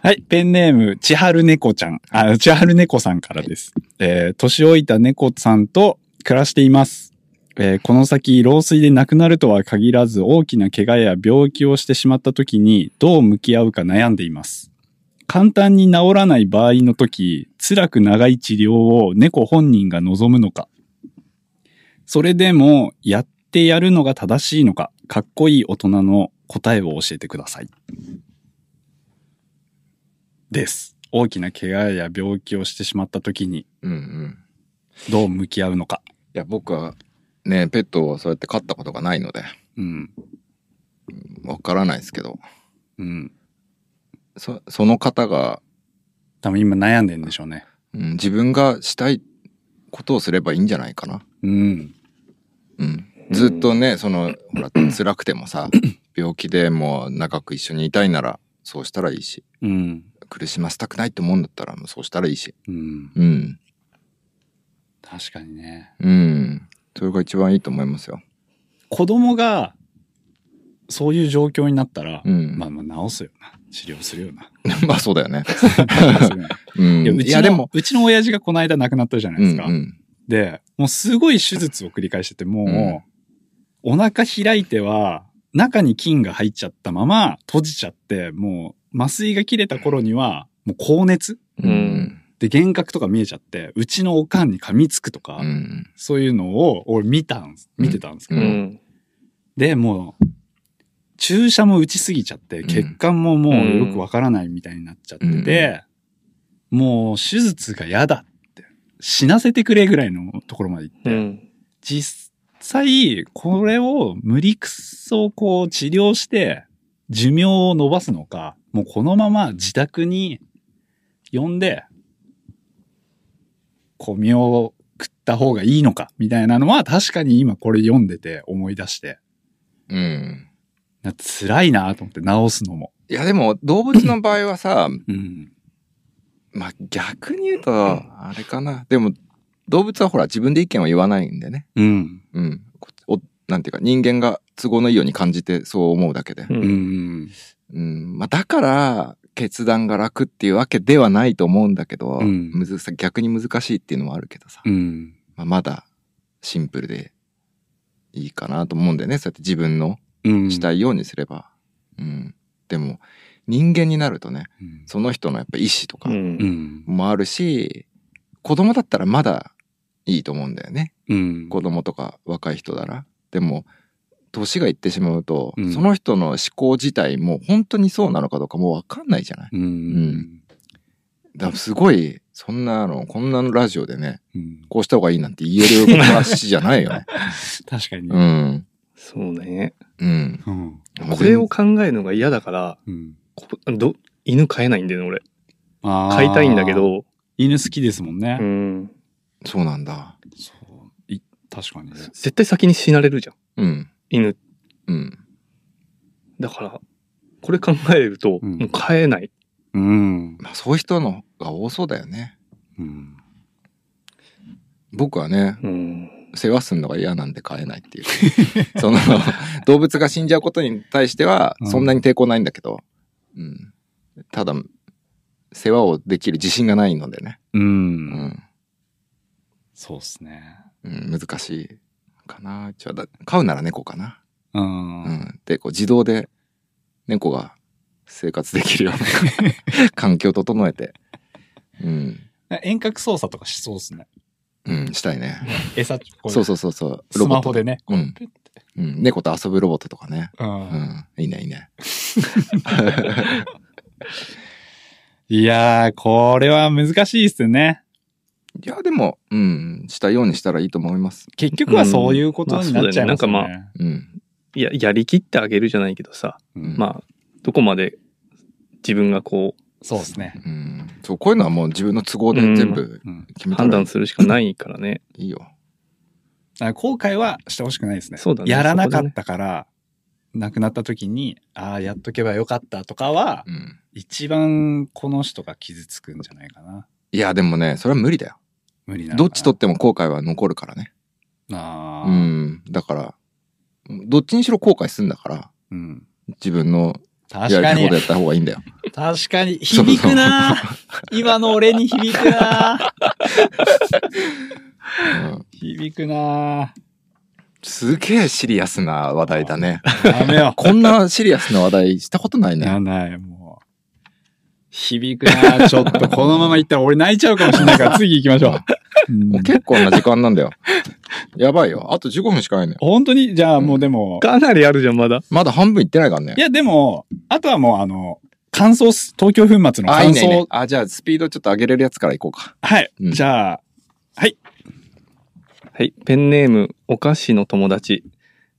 [SPEAKER 1] はい、ペンネーム、千春猫ちゃん、あ、千春猫さんからです。えー年老いた猫さんと暮らしています。えーこの先、老衰で亡くなるとは限らず、大きな怪我や病気をしてしまった時に、どう向き合うか悩んでいます。簡単に治らない場合の時、辛く長い治療を猫本人が望むのか。それでも、やってやるのが正しいのか、かっこいい大人の答えを教えてください。です。大きな怪我や病気をしてしまった時に
[SPEAKER 2] うんうん。
[SPEAKER 1] どう向き合うのか。
[SPEAKER 2] いや、僕は、ね、ペットをそうやって飼ったことがないので、
[SPEAKER 1] うん。
[SPEAKER 2] わからないですけど、
[SPEAKER 1] うん。
[SPEAKER 2] そその方が、
[SPEAKER 1] 多分今悩んでんでしょうね。
[SPEAKER 2] うん、自分がしたいことをすればいいんじゃないかな。
[SPEAKER 1] うん。
[SPEAKER 2] うん、ずっとねそのほら辛くても *laughs* さ病気でもう長く一緒にいたいならそうしたらいいし
[SPEAKER 1] うん。
[SPEAKER 2] 苦しませたくないって思うんだったらもうそうしたらいいし
[SPEAKER 1] うん。
[SPEAKER 2] うん
[SPEAKER 1] 確かにね。
[SPEAKER 2] うんそれが一番いいと思いますよ。
[SPEAKER 1] 子供がそういう状況になったら、
[SPEAKER 2] うん、 *laughs*
[SPEAKER 1] ま
[SPEAKER 2] ま
[SPEAKER 1] あまあ治すよな。治療するよ
[SPEAKER 2] *laughs*
[SPEAKER 1] な。
[SPEAKER 2] あ、そうだよね。
[SPEAKER 1] 治すよな
[SPEAKER 2] うん、
[SPEAKER 1] いやうちの
[SPEAKER 2] でも、
[SPEAKER 1] うちの親父がこの間亡くなったじゃないうです
[SPEAKER 2] ん
[SPEAKER 1] か。
[SPEAKER 2] うん
[SPEAKER 1] で、もうすごい手術を繰り返してて、もう、お腹開いては、中に菌が入っちゃったまま閉じちゃって、もう麻酔が切れた頃には、もう高熱
[SPEAKER 2] うんうん
[SPEAKER 1] で幻覚とか見えちゃって、うちのおかんに噛みつくとか、
[SPEAKER 2] うん
[SPEAKER 1] そういうのを俺見たんす、見てたんですけ
[SPEAKER 3] う。
[SPEAKER 1] ど、
[SPEAKER 2] うん
[SPEAKER 1] で、もう、注射も打ちすぎちゃって、
[SPEAKER 2] ん
[SPEAKER 1] 血管ももうよくわからないみたいになっちゃってて、もう手術が嫌だって、死なせてくれぐらいのところまで行って
[SPEAKER 3] うん。
[SPEAKER 1] 実際、これを無理くそこう治療して寿命を伸ばすのか、もうこのまま自宅に呼んで、小ミを食った方がいいのか、みたいなのは確かに今これ読んでて思い出して、
[SPEAKER 2] うん
[SPEAKER 1] な辛いなと思って直すのも。
[SPEAKER 2] いやでも動物の場合はさ、
[SPEAKER 1] うん。
[SPEAKER 2] まあ逆に言うと、あれかな。でも動物はほら自分で意見を言わないんでね。
[SPEAKER 1] うん。
[SPEAKER 2] うん。こおなんていうか、人間が都合のいいように感じてそう思うだけで。
[SPEAKER 3] う。
[SPEAKER 1] うんん。
[SPEAKER 2] うん。まあ、だから、決断が楽っていうわけではないと思うんだけど、
[SPEAKER 1] うん
[SPEAKER 2] むずさ逆に難しいっていうのもあるけどさ、
[SPEAKER 1] うん。
[SPEAKER 2] まあ、まだシンプルでいいかなと思うんだよね。そうやって自分の
[SPEAKER 1] うん。
[SPEAKER 2] したいようにすれば。うん。でも、人間になるとね、
[SPEAKER 1] うん。
[SPEAKER 2] その人のやっぱ意思とか
[SPEAKER 3] うん
[SPEAKER 1] うん。
[SPEAKER 2] もあるし、子供だったらまだいいと思うんだよね。
[SPEAKER 1] うん。
[SPEAKER 2] 子供とか若い人ならでも年がいってしまうと、
[SPEAKER 1] うん
[SPEAKER 2] その人の思考自体も本当にそうなのかどうかもう分かんないじゃない
[SPEAKER 1] うん。
[SPEAKER 2] だからすごいそんなのこんなのラジオでね
[SPEAKER 1] うん。
[SPEAKER 2] こうした方がいいなんて言える話じゃないよね
[SPEAKER 1] 確かに
[SPEAKER 2] う。ん
[SPEAKER 3] そうね。
[SPEAKER 2] うん
[SPEAKER 1] うん。
[SPEAKER 3] これを考えるのが嫌だから、
[SPEAKER 1] うん。
[SPEAKER 3] こど犬飼えないんだよね、俺。
[SPEAKER 1] あー
[SPEAKER 3] 飼いたいんだけ。ど、
[SPEAKER 1] 犬好きですもんね。
[SPEAKER 3] うん。
[SPEAKER 2] そうなんだ
[SPEAKER 1] そう。い確かにね。
[SPEAKER 3] 絶対先に死なれるじゃん。
[SPEAKER 2] うん
[SPEAKER 3] 犬。
[SPEAKER 2] うん
[SPEAKER 3] だから、これ考えると、
[SPEAKER 1] うん
[SPEAKER 3] もう飼えない。
[SPEAKER 1] うん。
[SPEAKER 2] まあそういう人のが多そうだよね
[SPEAKER 1] うん。
[SPEAKER 2] 僕はね
[SPEAKER 3] うん。
[SPEAKER 2] 世話すんのが嫌なんで飼えないっていう *laughs* その動物が死んじゃうことに対しては
[SPEAKER 1] うん
[SPEAKER 2] そんなに抵抗ないんだけど、うんただ世話をできる自信がないのでね、
[SPEAKER 1] う。
[SPEAKER 2] うんん
[SPEAKER 1] そうっすね。
[SPEAKER 2] うん難しいかなうちはだ飼うなら猫かな、
[SPEAKER 1] う
[SPEAKER 2] うん
[SPEAKER 1] ん。
[SPEAKER 2] でこう自動で猫が生活できるよう
[SPEAKER 1] *laughs*
[SPEAKER 2] な環境を整えて、うん
[SPEAKER 1] 遠隔操作とかしそうっすね。
[SPEAKER 2] うん、したいね
[SPEAKER 1] 餌、こ
[SPEAKER 2] そうそうそうそう
[SPEAKER 1] スマホでね。
[SPEAKER 2] ロボット、うんうん、猫と遊ぶロボットとかね
[SPEAKER 1] う。
[SPEAKER 2] うんん、いいねいいね
[SPEAKER 1] いやー、これは難しいっすね。
[SPEAKER 2] *laughs* いや、でも、うん、したようにしたらいいと思います。
[SPEAKER 1] 結局はそういうことになっちゃいますよね。
[SPEAKER 3] うんまあそうだよね
[SPEAKER 2] うん。
[SPEAKER 3] いや、やりきってあげるじゃないけどさ、
[SPEAKER 2] うん
[SPEAKER 3] まあ、どこまで自分がこ
[SPEAKER 1] そうですね。
[SPEAKER 2] うん。そう、こういうのはもう自分の都合で全部
[SPEAKER 1] うん。
[SPEAKER 2] 決
[SPEAKER 3] う
[SPEAKER 2] めた
[SPEAKER 3] 判
[SPEAKER 2] ら
[SPEAKER 3] 断するしかないからね。 *laughs*
[SPEAKER 2] いいよ。
[SPEAKER 1] だから後悔はしてほしくないですね。
[SPEAKER 3] そうだね
[SPEAKER 1] やらなかったから、亡くなった時に、ああ、やっとけばよかったとかは、
[SPEAKER 2] うん。
[SPEAKER 1] 一番この人が傷つくんじゃないかな。
[SPEAKER 2] いや、でもね、それは無理だよ。
[SPEAKER 1] 無理なのかな。
[SPEAKER 2] どっち取っても後悔は残るからね。
[SPEAKER 1] ああ。
[SPEAKER 2] うん。だから、どっちにしろ後悔するんだから、
[SPEAKER 1] うん。
[SPEAKER 2] 自分の
[SPEAKER 1] 確
[SPEAKER 2] や
[SPEAKER 1] か
[SPEAKER 2] りた
[SPEAKER 1] に
[SPEAKER 2] いこと、やった方がいいんだよ。
[SPEAKER 1] 確かに、響くなー今の俺に響くなー
[SPEAKER 2] うん
[SPEAKER 1] 響くなー
[SPEAKER 2] すげえシリアスな話題だね。
[SPEAKER 1] ダメよ。
[SPEAKER 2] *laughs* こんなシリアスな話題したことないね。
[SPEAKER 1] やない、もう。響くなーちょっと、このまま行ったら俺泣いちゃうかもしれない
[SPEAKER 2] *laughs*
[SPEAKER 1] から、次行きましょう。うん
[SPEAKER 2] もう結構な時間なんだよ。やばいよ。あと15分しかないね。
[SPEAKER 1] 本当にじゃあもうでも、
[SPEAKER 3] かなりあるじゃん、まだ。
[SPEAKER 2] まだ半分いってないからね
[SPEAKER 1] い。やでも、あとはもうあの、感想す、東京粉末の
[SPEAKER 2] あ、い
[SPEAKER 1] 感
[SPEAKER 2] いねいいね
[SPEAKER 1] 想。。
[SPEAKER 2] あ、じゃあスピードちょっと上げれるやつからいこうか。
[SPEAKER 1] はい。
[SPEAKER 2] うん
[SPEAKER 1] じゃあ、
[SPEAKER 3] はい。ペンネーム、お菓子の友達。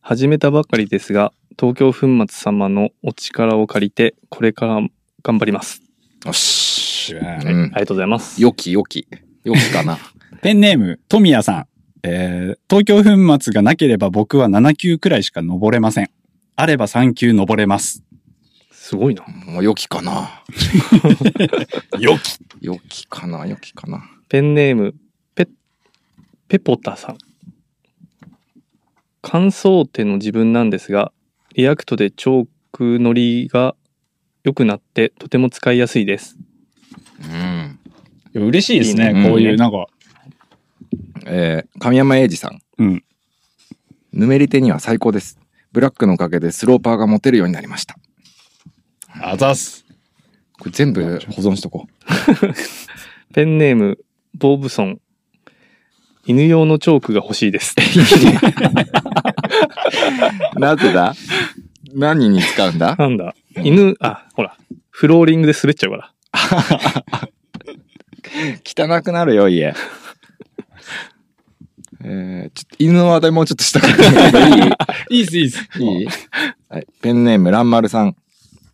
[SPEAKER 3] 始めたばかりですが、東京粉末様のお力を借りて、これから頑張ります。
[SPEAKER 2] よし。
[SPEAKER 1] う
[SPEAKER 2] う
[SPEAKER 1] わ
[SPEAKER 3] はい。あり
[SPEAKER 2] ん。
[SPEAKER 3] がとうございます。
[SPEAKER 2] よきよき。よきかな。 *laughs*
[SPEAKER 1] ペンネーム、富谷さん。えー、東京粉末がなければ僕は7級くらいしか登れません。あれば3級登れます。
[SPEAKER 3] すごいな。
[SPEAKER 2] もうよきかな。
[SPEAKER 1] よき。
[SPEAKER 2] よきかな、よきかな。
[SPEAKER 3] ペンネーム、ペ、ペポタさん。感想手の自分なんですが、リアクトでチョークのりが良くなって、とても使いやすいです。
[SPEAKER 2] うん。
[SPEAKER 1] 嬉しいですね、
[SPEAKER 3] いい
[SPEAKER 2] ね
[SPEAKER 1] こう
[SPEAKER 3] う
[SPEAKER 1] いうんなんか。
[SPEAKER 2] えー、神山英二さん。
[SPEAKER 1] うん。
[SPEAKER 2] ぬめり手には最高です。ブラックのおかげでスローパーが持てるようになりました。
[SPEAKER 1] あざっす。
[SPEAKER 2] これ全部保存しとこ
[SPEAKER 3] ペンネーム、ボブソン。犬用のチョークが欲しいです。 *laughs*
[SPEAKER 2] う。 *laughs* なぜだ何に使うんだ
[SPEAKER 3] なんだ犬、あ、ほら、フローリングで滑っちゃうから。
[SPEAKER 2] 汚くなるよ、家。えー、ちょっと犬の話題もうちょっとしたかったけど
[SPEAKER 1] い
[SPEAKER 2] いい
[SPEAKER 1] いっす、いいっす。
[SPEAKER 2] いいはい。ペンネーム、らんまるさん。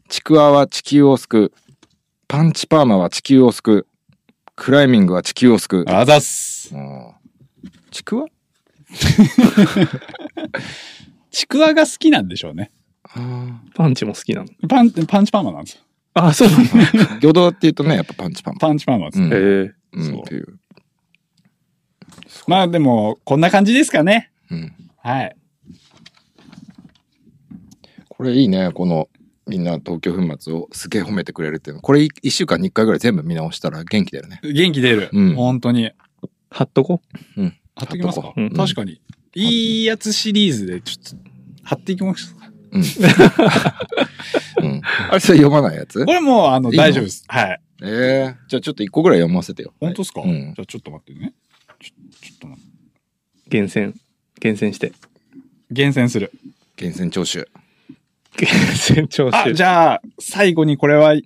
[SPEAKER 2] ちくわは地球を救う。パンチパーマは地球を救う。クライミングは地球を救う。
[SPEAKER 1] あざっす。
[SPEAKER 2] もうちくわ
[SPEAKER 1] ちくわが好きなんでしょうね。
[SPEAKER 3] パンチも好きなの。
[SPEAKER 1] パン、パンチパーマなんですよ。
[SPEAKER 3] あ、そうなんだ。
[SPEAKER 2] 魚道って言うとね、やっぱパンチパーマ。
[SPEAKER 1] パンチパーマです。
[SPEAKER 2] うん
[SPEAKER 3] へえ。
[SPEAKER 2] う、
[SPEAKER 1] そうん
[SPEAKER 2] っていう。
[SPEAKER 1] まあでも、こんな感じですかね。
[SPEAKER 2] うん。
[SPEAKER 1] はい。
[SPEAKER 2] これいいね、この、みんな東京粉末をすげえ褒めてくれるっていうの。これい一週間に一回ぐらい全部見直したら元気出るね。
[SPEAKER 1] 元気出る。
[SPEAKER 2] うん
[SPEAKER 1] 本当に。
[SPEAKER 3] 貼っとこ
[SPEAKER 1] 貼っときますか
[SPEAKER 2] 貼っとこ。
[SPEAKER 3] う。うん、
[SPEAKER 1] 確かに。いいやつシリーズで、ちょっと、貼っていきましょうか。
[SPEAKER 2] うん。 *laughs* うん。あれ、それ読まないやつ
[SPEAKER 1] これもう、あの、
[SPEAKER 2] いいの
[SPEAKER 1] 大丈夫です。はい。
[SPEAKER 2] ええじゃあちょっと一個ぐらい読ませてよ。
[SPEAKER 1] 本当ですか、
[SPEAKER 2] うん
[SPEAKER 1] じゃあちょっと待ってね。ちょ、ちょっと待って。
[SPEAKER 3] 厳選。厳選して。
[SPEAKER 1] 厳選する。
[SPEAKER 2] 厳選聴取。
[SPEAKER 3] 厳選調子。
[SPEAKER 1] あ、じゃあ、最後にこれは、い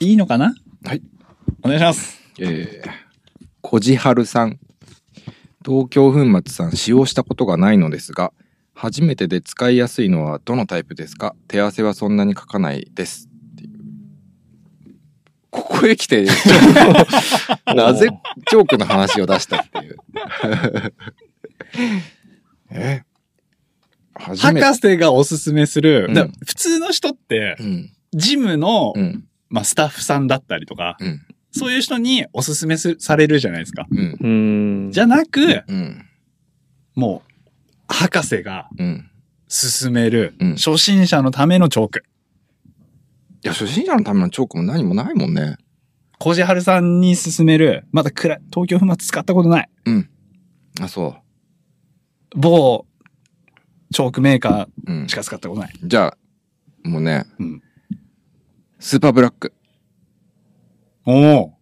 [SPEAKER 1] いのかな
[SPEAKER 2] はい。
[SPEAKER 1] お願いします。
[SPEAKER 2] えー、こじはるさん。東京粉末さん使用したことがないのですが、初めてで使いやすいのはどのタイプですか手汗はそんなに書かないです。っていうここへ来て、ちょっとなぜチョークの話を出したっていう。え初めて。
[SPEAKER 1] 博士がおすすめする、
[SPEAKER 2] うん
[SPEAKER 1] だから普通の人って
[SPEAKER 2] う、ん。
[SPEAKER 1] ジムの、
[SPEAKER 2] うん。
[SPEAKER 1] まあ、スタッフさんだったりとか、
[SPEAKER 2] うん。
[SPEAKER 1] そういう人におすすめすされるじゃないですか。
[SPEAKER 2] うん。
[SPEAKER 3] うーん。
[SPEAKER 1] じゃなく、
[SPEAKER 2] うん。
[SPEAKER 1] もう、博士が
[SPEAKER 2] うん。
[SPEAKER 1] 勧める、
[SPEAKER 2] うん
[SPEAKER 1] 初心者のためのチョーク。
[SPEAKER 2] いや、初心者のためのチョークも何もないもんね。
[SPEAKER 1] 小路春さんに勧める、まだ暗い、東京粉末使ったことない、
[SPEAKER 2] あ、そ
[SPEAKER 1] 某、チョークメーカ
[SPEAKER 2] う。うん
[SPEAKER 1] ーし。か使ったことない。
[SPEAKER 2] じゃあ、もうね、
[SPEAKER 1] うん
[SPEAKER 2] スーパーブラック。
[SPEAKER 1] おお。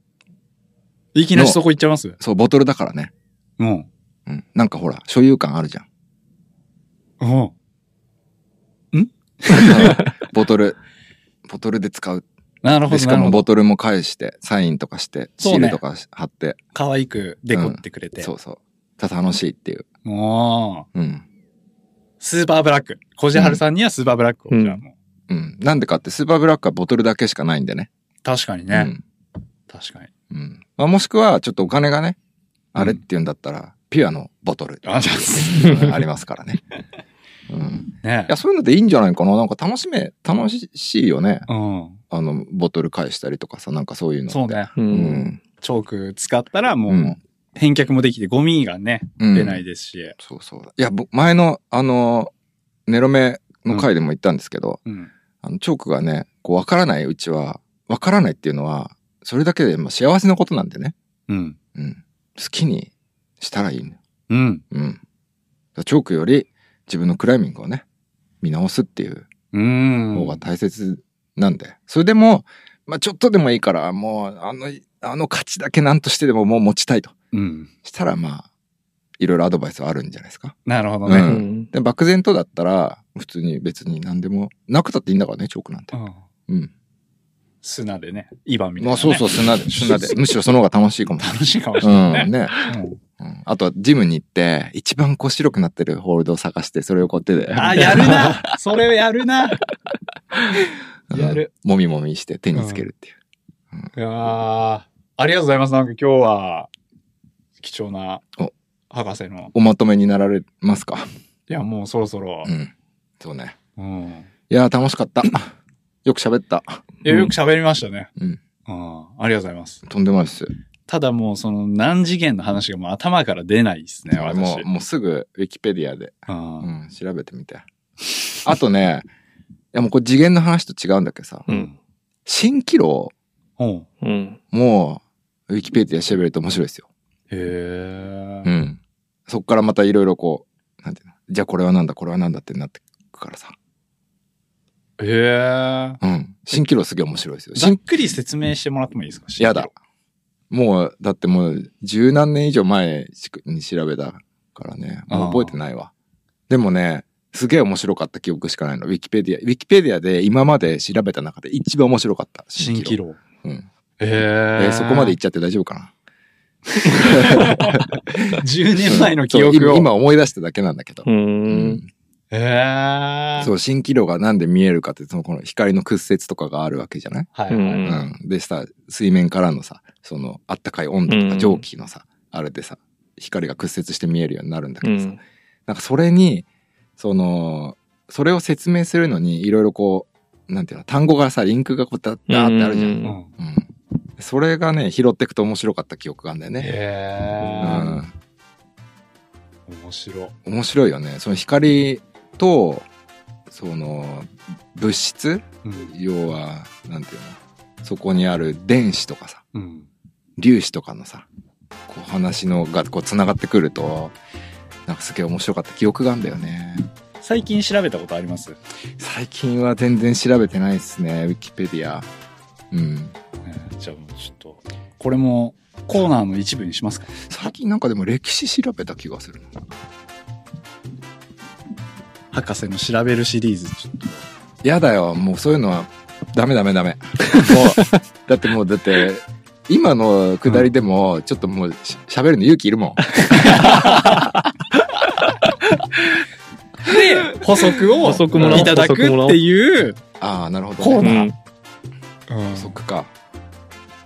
[SPEAKER 1] いきなりそこ行っちゃいます
[SPEAKER 2] そう、ボトルだからね。
[SPEAKER 1] うん。
[SPEAKER 2] うん。なんかほら、所有感あ
[SPEAKER 1] *laughs*
[SPEAKER 2] るじゃん。
[SPEAKER 1] おう
[SPEAKER 2] ボトル、ボトルで使う。
[SPEAKER 1] なるほど、
[SPEAKER 2] でし
[SPEAKER 1] な
[SPEAKER 2] か
[SPEAKER 1] る
[SPEAKER 2] も
[SPEAKER 1] ほ
[SPEAKER 2] ボ
[SPEAKER 1] ど。
[SPEAKER 2] トルも返して、サインとかして、シ
[SPEAKER 1] そう
[SPEAKER 2] ー
[SPEAKER 1] ね
[SPEAKER 2] ルとか貼って、
[SPEAKER 1] 可愛くデコってくれて。
[SPEAKER 2] そうそう。ただ楽しいっていう。
[SPEAKER 1] もう、
[SPEAKER 2] うん。
[SPEAKER 1] スーパーブラック。小じはるさんにはスーパーブラックを、
[SPEAKER 3] うん
[SPEAKER 1] じゃあもう。
[SPEAKER 2] うん。なんでかって、スーパーブラックはボトルだけしかないんでね。
[SPEAKER 1] 確かにね。確かに。
[SPEAKER 2] うん。うん。まあ、もしくは、ちょっとお金がね、あれって言うんだったら、ピュアのボトル。
[SPEAKER 1] あじゃ
[SPEAKER 2] *laughs* うんありますからね。うん。
[SPEAKER 1] *laughs* ね
[SPEAKER 2] いや、そういうのでいいんじゃないかな。なんか楽しめ、楽しいよね。
[SPEAKER 1] うん。
[SPEAKER 2] あの、ボトル返したりとかさ、なんかそういうの。
[SPEAKER 1] そうね。
[SPEAKER 3] う。
[SPEAKER 2] うんん。
[SPEAKER 1] チョーク使ったらも
[SPEAKER 2] う。
[SPEAKER 1] うん返却もできて、ゴミがね、
[SPEAKER 2] うん。
[SPEAKER 1] 出ないですし。
[SPEAKER 2] そうそう。いや、僕前の、あの、ネロメの回でも言ったんですけど、
[SPEAKER 1] うん。
[SPEAKER 2] あの、チョークがね、こう、わからないうちは、わからないっていうのは、それだけでまあ幸せなことなんでね。
[SPEAKER 1] うん。
[SPEAKER 2] うん。好きにしたらいいの。
[SPEAKER 1] うん。
[SPEAKER 2] うん。だからチョークより、自分のクライミングをね、見直すっていう
[SPEAKER 1] うん。
[SPEAKER 2] 方が大切なんで。それでも、まあ、ちょっとでもいいから、もう、あの、あの価値だけなんとしてでももう持ちたいと。
[SPEAKER 1] うん。
[SPEAKER 2] したら、まあ、いろいろアドバイスはあるんじゃないですか。
[SPEAKER 1] なるほどね。
[SPEAKER 2] う
[SPEAKER 3] うんん。
[SPEAKER 2] で、漠然とだったら、普通に別に何でも、なくたっていいんだからね、チョークなんて。
[SPEAKER 1] うん
[SPEAKER 2] うん。
[SPEAKER 1] 砂でね、イバンみたいな、ね。
[SPEAKER 2] まあ、そうそう、
[SPEAKER 1] *laughs*
[SPEAKER 2] 砂で、砂で。むしろその方が楽しいかもしれない。
[SPEAKER 1] 楽しいかもし
[SPEAKER 2] う
[SPEAKER 1] れない
[SPEAKER 2] ん、
[SPEAKER 1] ね。
[SPEAKER 2] ね。うんあとは、ジムに行って、一番こう白くなってるホールドを探して、それをこう手で。
[SPEAKER 1] あ、やるな *laughs* それをやるな
[SPEAKER 2] うん
[SPEAKER 1] やる。
[SPEAKER 2] もみもみして手につけるっていう。
[SPEAKER 1] いやーありがとうございます。なんか今日は、貴重な
[SPEAKER 2] お、
[SPEAKER 1] 博士の。
[SPEAKER 2] おまとめになられますか
[SPEAKER 1] いや、もうそろそろ
[SPEAKER 2] う。ん。そうね。
[SPEAKER 1] うん。
[SPEAKER 2] いやー、楽しかった。 *coughs* よく喋った。
[SPEAKER 1] いやよく喋りましたね。
[SPEAKER 2] うん。
[SPEAKER 1] うん。ありがとうございます。
[SPEAKER 2] とんでもないです。
[SPEAKER 1] ただもうその何次元の話がもう頭から出ないですね、私。
[SPEAKER 2] もう、もうすぐ、ウィキペディアで、
[SPEAKER 1] うん
[SPEAKER 2] うん、調べてみて。あとね、いやもうこれ次元の話と違うんだけどさ、
[SPEAKER 3] うん。
[SPEAKER 2] 蜃気楼
[SPEAKER 1] うん。
[SPEAKER 3] うん。
[SPEAKER 2] も、ウィキペディア調べると面白いですよ。
[SPEAKER 1] へえ
[SPEAKER 2] う。ん。そっからまたいろいろこう、なんていうの、じゃあこれはなんだ、これはなんだってなってくからさ。
[SPEAKER 1] へえ。
[SPEAKER 2] うん。蜃気楼すげえ面白いですよ。
[SPEAKER 1] ざっ
[SPEAKER 2] 蜃
[SPEAKER 1] くり説明してもらってもいいですか
[SPEAKER 2] やだ。。もう、だってもう、十何年以上前に調べたからね、もう覚えてないわ。でもね、すげえ面白かった記憶しかないの。ウィキペディア。ウィキペディアで今まで調べた中で一番面白かった。
[SPEAKER 1] 蜃気。楼。
[SPEAKER 2] うん。
[SPEAKER 1] へ
[SPEAKER 2] え
[SPEAKER 1] え
[SPEAKER 2] ーそこまで行っちゃって大丈夫かな。
[SPEAKER 1] *laughs* 10年前の記
[SPEAKER 2] そう
[SPEAKER 1] 憶
[SPEAKER 2] 今
[SPEAKER 1] を。
[SPEAKER 2] 今思い出しただけなんだけど。
[SPEAKER 3] う。
[SPEAKER 2] うん
[SPEAKER 1] へえ。
[SPEAKER 2] そう、蜃気楼がなんで見えるかって、そのこの光の屈折とかがあるわけじゃない、
[SPEAKER 1] はい、
[SPEAKER 3] う
[SPEAKER 2] うんん、でさ、水面からのさ、そのあったかい温度と
[SPEAKER 3] う
[SPEAKER 2] か
[SPEAKER 3] ん
[SPEAKER 2] 蒸気のさ、あれでさ、光が屈折して見えるようになるんだけ
[SPEAKER 3] う
[SPEAKER 2] どさ、
[SPEAKER 3] ん。
[SPEAKER 2] なんかそれに、その、それを説明するのに、いろいろこう、なんていうの、単語がさ、リンクがこう、だだーってあるじゃん。
[SPEAKER 3] う
[SPEAKER 2] うんん
[SPEAKER 1] うん
[SPEAKER 2] それがね、拾ってくと面白かった記憶があるんだよね。う
[SPEAKER 1] へ
[SPEAKER 2] ん。
[SPEAKER 1] え。面白。
[SPEAKER 2] 面白いよね。その光と、その、物質
[SPEAKER 1] うん。
[SPEAKER 2] 要は、なんていうのそこにある電子とかさ、
[SPEAKER 1] うん。
[SPEAKER 2] 粒子とかのさ、こう話のがこう繋がってくると、なんかすげえ面白かった記憶があるんだよね。
[SPEAKER 1] 最近調べたことあります
[SPEAKER 2] 最近は全然調べてないですねウィキペディアうん
[SPEAKER 1] えーじゃあもうちょっと、これもコーナーの一部にしますか
[SPEAKER 2] 最近なんかでも歴史調べた気がするない
[SPEAKER 1] 博士の調べるシリーズ、ちょっと。
[SPEAKER 2] やだよもうそういうのはダメダメダメも
[SPEAKER 1] *laughs*
[SPEAKER 2] うだってもうだって今のくだりでもちょっともうし喋るの勇気いるもん
[SPEAKER 1] *laughs* で、補足を
[SPEAKER 3] 補足もらおう
[SPEAKER 1] いただくっていう、
[SPEAKER 2] ああなるほど、
[SPEAKER 1] こう
[SPEAKER 2] ね、
[SPEAKER 1] な
[SPEAKER 3] うん
[SPEAKER 2] そっか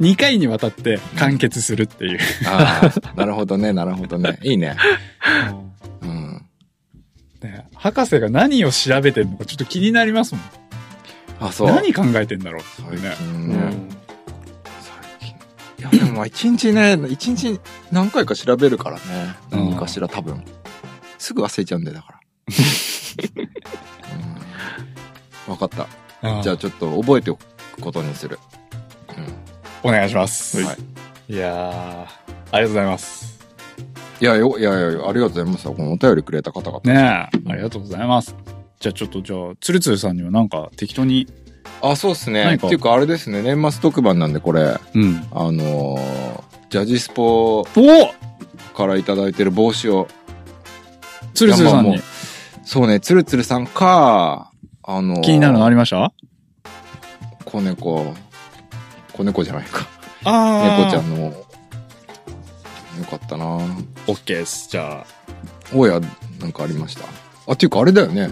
[SPEAKER 1] 2回にわたって完結するっていう。
[SPEAKER 2] ああなるほどねなるほどねいいねうん
[SPEAKER 1] *laughs* ね博士が何を調べてるのかちょっと気になりますもん。
[SPEAKER 2] あそう
[SPEAKER 1] 何考えてんだろうって
[SPEAKER 2] 最
[SPEAKER 1] いうね。
[SPEAKER 2] 近
[SPEAKER 3] う
[SPEAKER 2] ね、
[SPEAKER 3] ん。
[SPEAKER 2] 最近いやでもまあ一日ね一日何回か調べるからね
[SPEAKER 1] うん
[SPEAKER 2] 何かしら多分すぐ忘れちゃうんだよだから分かった
[SPEAKER 1] うん
[SPEAKER 2] じゃあちょっと覚えておくことにする、うん、
[SPEAKER 1] お願いします。
[SPEAKER 2] はい、
[SPEAKER 1] いやー、ありがとうございます。
[SPEAKER 2] いやよいやいやありがとうございますこのお便りくれた方々
[SPEAKER 1] ねえ、ありがとうございます。じゃあちょっとじゃあ、つるつるさんにはなんか適当に、
[SPEAKER 2] あそうっすね
[SPEAKER 1] 何
[SPEAKER 2] って
[SPEAKER 1] か
[SPEAKER 2] いうかあれですね年末特番なんでこれ
[SPEAKER 1] うん。
[SPEAKER 2] あのージャジスポ
[SPEAKER 1] お
[SPEAKER 2] からいただいてる帽子を
[SPEAKER 1] つるつるさん
[SPEAKER 2] いやまあも
[SPEAKER 1] に
[SPEAKER 2] うそうねつるつるさんかあのー
[SPEAKER 1] 気になるのありました
[SPEAKER 2] 子猫子猫じゃないか。
[SPEAKER 1] あ
[SPEAKER 2] 猫ちゃ
[SPEAKER 1] ん。
[SPEAKER 2] んの、よかったな
[SPEAKER 1] オッケーです。じゃあ。
[SPEAKER 2] おや、なんかありました。あ、っていうかあれだよね。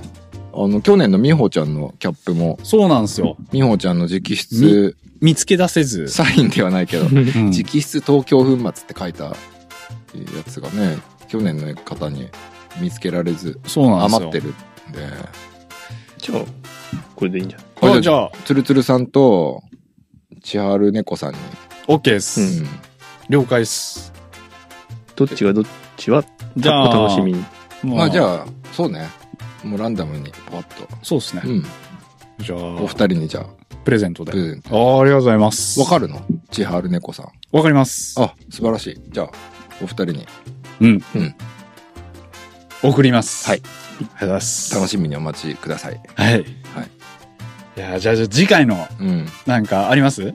[SPEAKER 2] あの、去年の美穂ちゃんのキャップも、
[SPEAKER 1] そうなんですよ。
[SPEAKER 2] 美穂ちゃんの直筆、
[SPEAKER 1] 見つけ出せず。
[SPEAKER 2] サインではないけど、
[SPEAKER 1] うん
[SPEAKER 2] 直筆東京粉末って書いたやつがね、去年の方に見つけられず、
[SPEAKER 1] そうなんですよ。
[SPEAKER 2] 余ってるんで、
[SPEAKER 3] じゃあ、これでいいんじゃない
[SPEAKER 1] あ、じゃあ、
[SPEAKER 2] つるつるさんと、千春猫さんに、
[SPEAKER 1] オッケーです。
[SPEAKER 3] うん
[SPEAKER 1] 了解です。
[SPEAKER 3] どっちがどっちは、
[SPEAKER 1] じゃあ
[SPEAKER 3] お楽しみに。
[SPEAKER 2] うん、まあじ
[SPEAKER 1] あ。
[SPEAKER 2] ゃあ、そうね。もうランダムに、パッと。
[SPEAKER 1] そうですね
[SPEAKER 2] う。ん。
[SPEAKER 1] じゃあ、
[SPEAKER 2] お二人にじゃあ、
[SPEAKER 1] プレゼントで。
[SPEAKER 2] プレゼン
[SPEAKER 1] ああ、ありがとうございます。
[SPEAKER 2] ト。わかるの千春猫さん。
[SPEAKER 1] わかります。
[SPEAKER 2] あ、素晴らしい。じゃあ、お二人に
[SPEAKER 1] うん。
[SPEAKER 2] うん
[SPEAKER 1] 送ります。
[SPEAKER 2] は
[SPEAKER 1] あ
[SPEAKER 2] い。
[SPEAKER 1] りがとうございます。
[SPEAKER 2] 楽しみにお待ちください。
[SPEAKER 1] はい。はい。
[SPEAKER 2] はい
[SPEAKER 1] や、じゃあ、じゃあ次回の、
[SPEAKER 2] うん。 *laughs*
[SPEAKER 1] なんかあります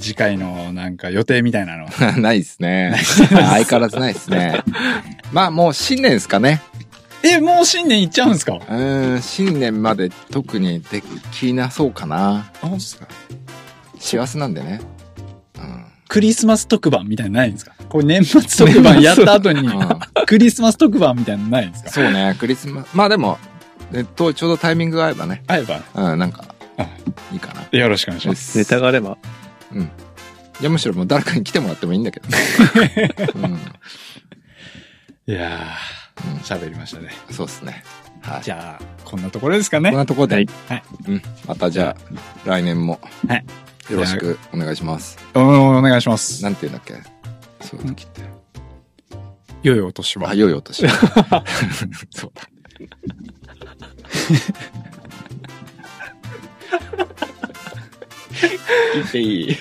[SPEAKER 1] 次回の、なんか予定みたいなの。 *laughs*
[SPEAKER 2] ないっすね。相変わらずないっすね。 *laughs* まあもう新年ですかね。
[SPEAKER 1] え、もう新年いっちゃうんですか
[SPEAKER 2] うーん、新年まで特にできなそうかな。
[SPEAKER 1] あ、本当ですか
[SPEAKER 2] 幸せなんでね。うん。
[SPEAKER 1] クリスマス特番みたいなのないんですかこれ年末特番やった後 *laughs* に、
[SPEAKER 2] うん
[SPEAKER 1] クリスマス特番みたいなのないんですか
[SPEAKER 2] そうね、クリスマス。まあでも、えっと、ちょうどタイミングが合えばね。
[SPEAKER 1] あれば、
[SPEAKER 2] うん、なんか
[SPEAKER 1] あ、
[SPEAKER 2] いいかな。
[SPEAKER 1] よろしくお願いします。
[SPEAKER 3] ネタがあれば、
[SPEAKER 2] いや、むしろもう誰かに来てもらってもいいんだけどね。
[SPEAKER 1] いや
[SPEAKER 2] うん
[SPEAKER 1] ー、喋りましたね。
[SPEAKER 2] うん、そうですね。はい。
[SPEAKER 1] じゃあ、こんなところですか
[SPEAKER 2] こん
[SPEAKER 1] ね。
[SPEAKER 2] なところで、
[SPEAKER 3] はい
[SPEAKER 1] はい
[SPEAKER 2] うん、またじゃあ、来年も、
[SPEAKER 1] はい
[SPEAKER 2] よろしくお願いします。
[SPEAKER 1] おお願いします。
[SPEAKER 2] なんていうんだっけそういう時って。
[SPEAKER 1] 良いお年
[SPEAKER 2] あ、
[SPEAKER 1] は。
[SPEAKER 2] 良いお年を。そう *laughs* だ。
[SPEAKER 3] いっていい。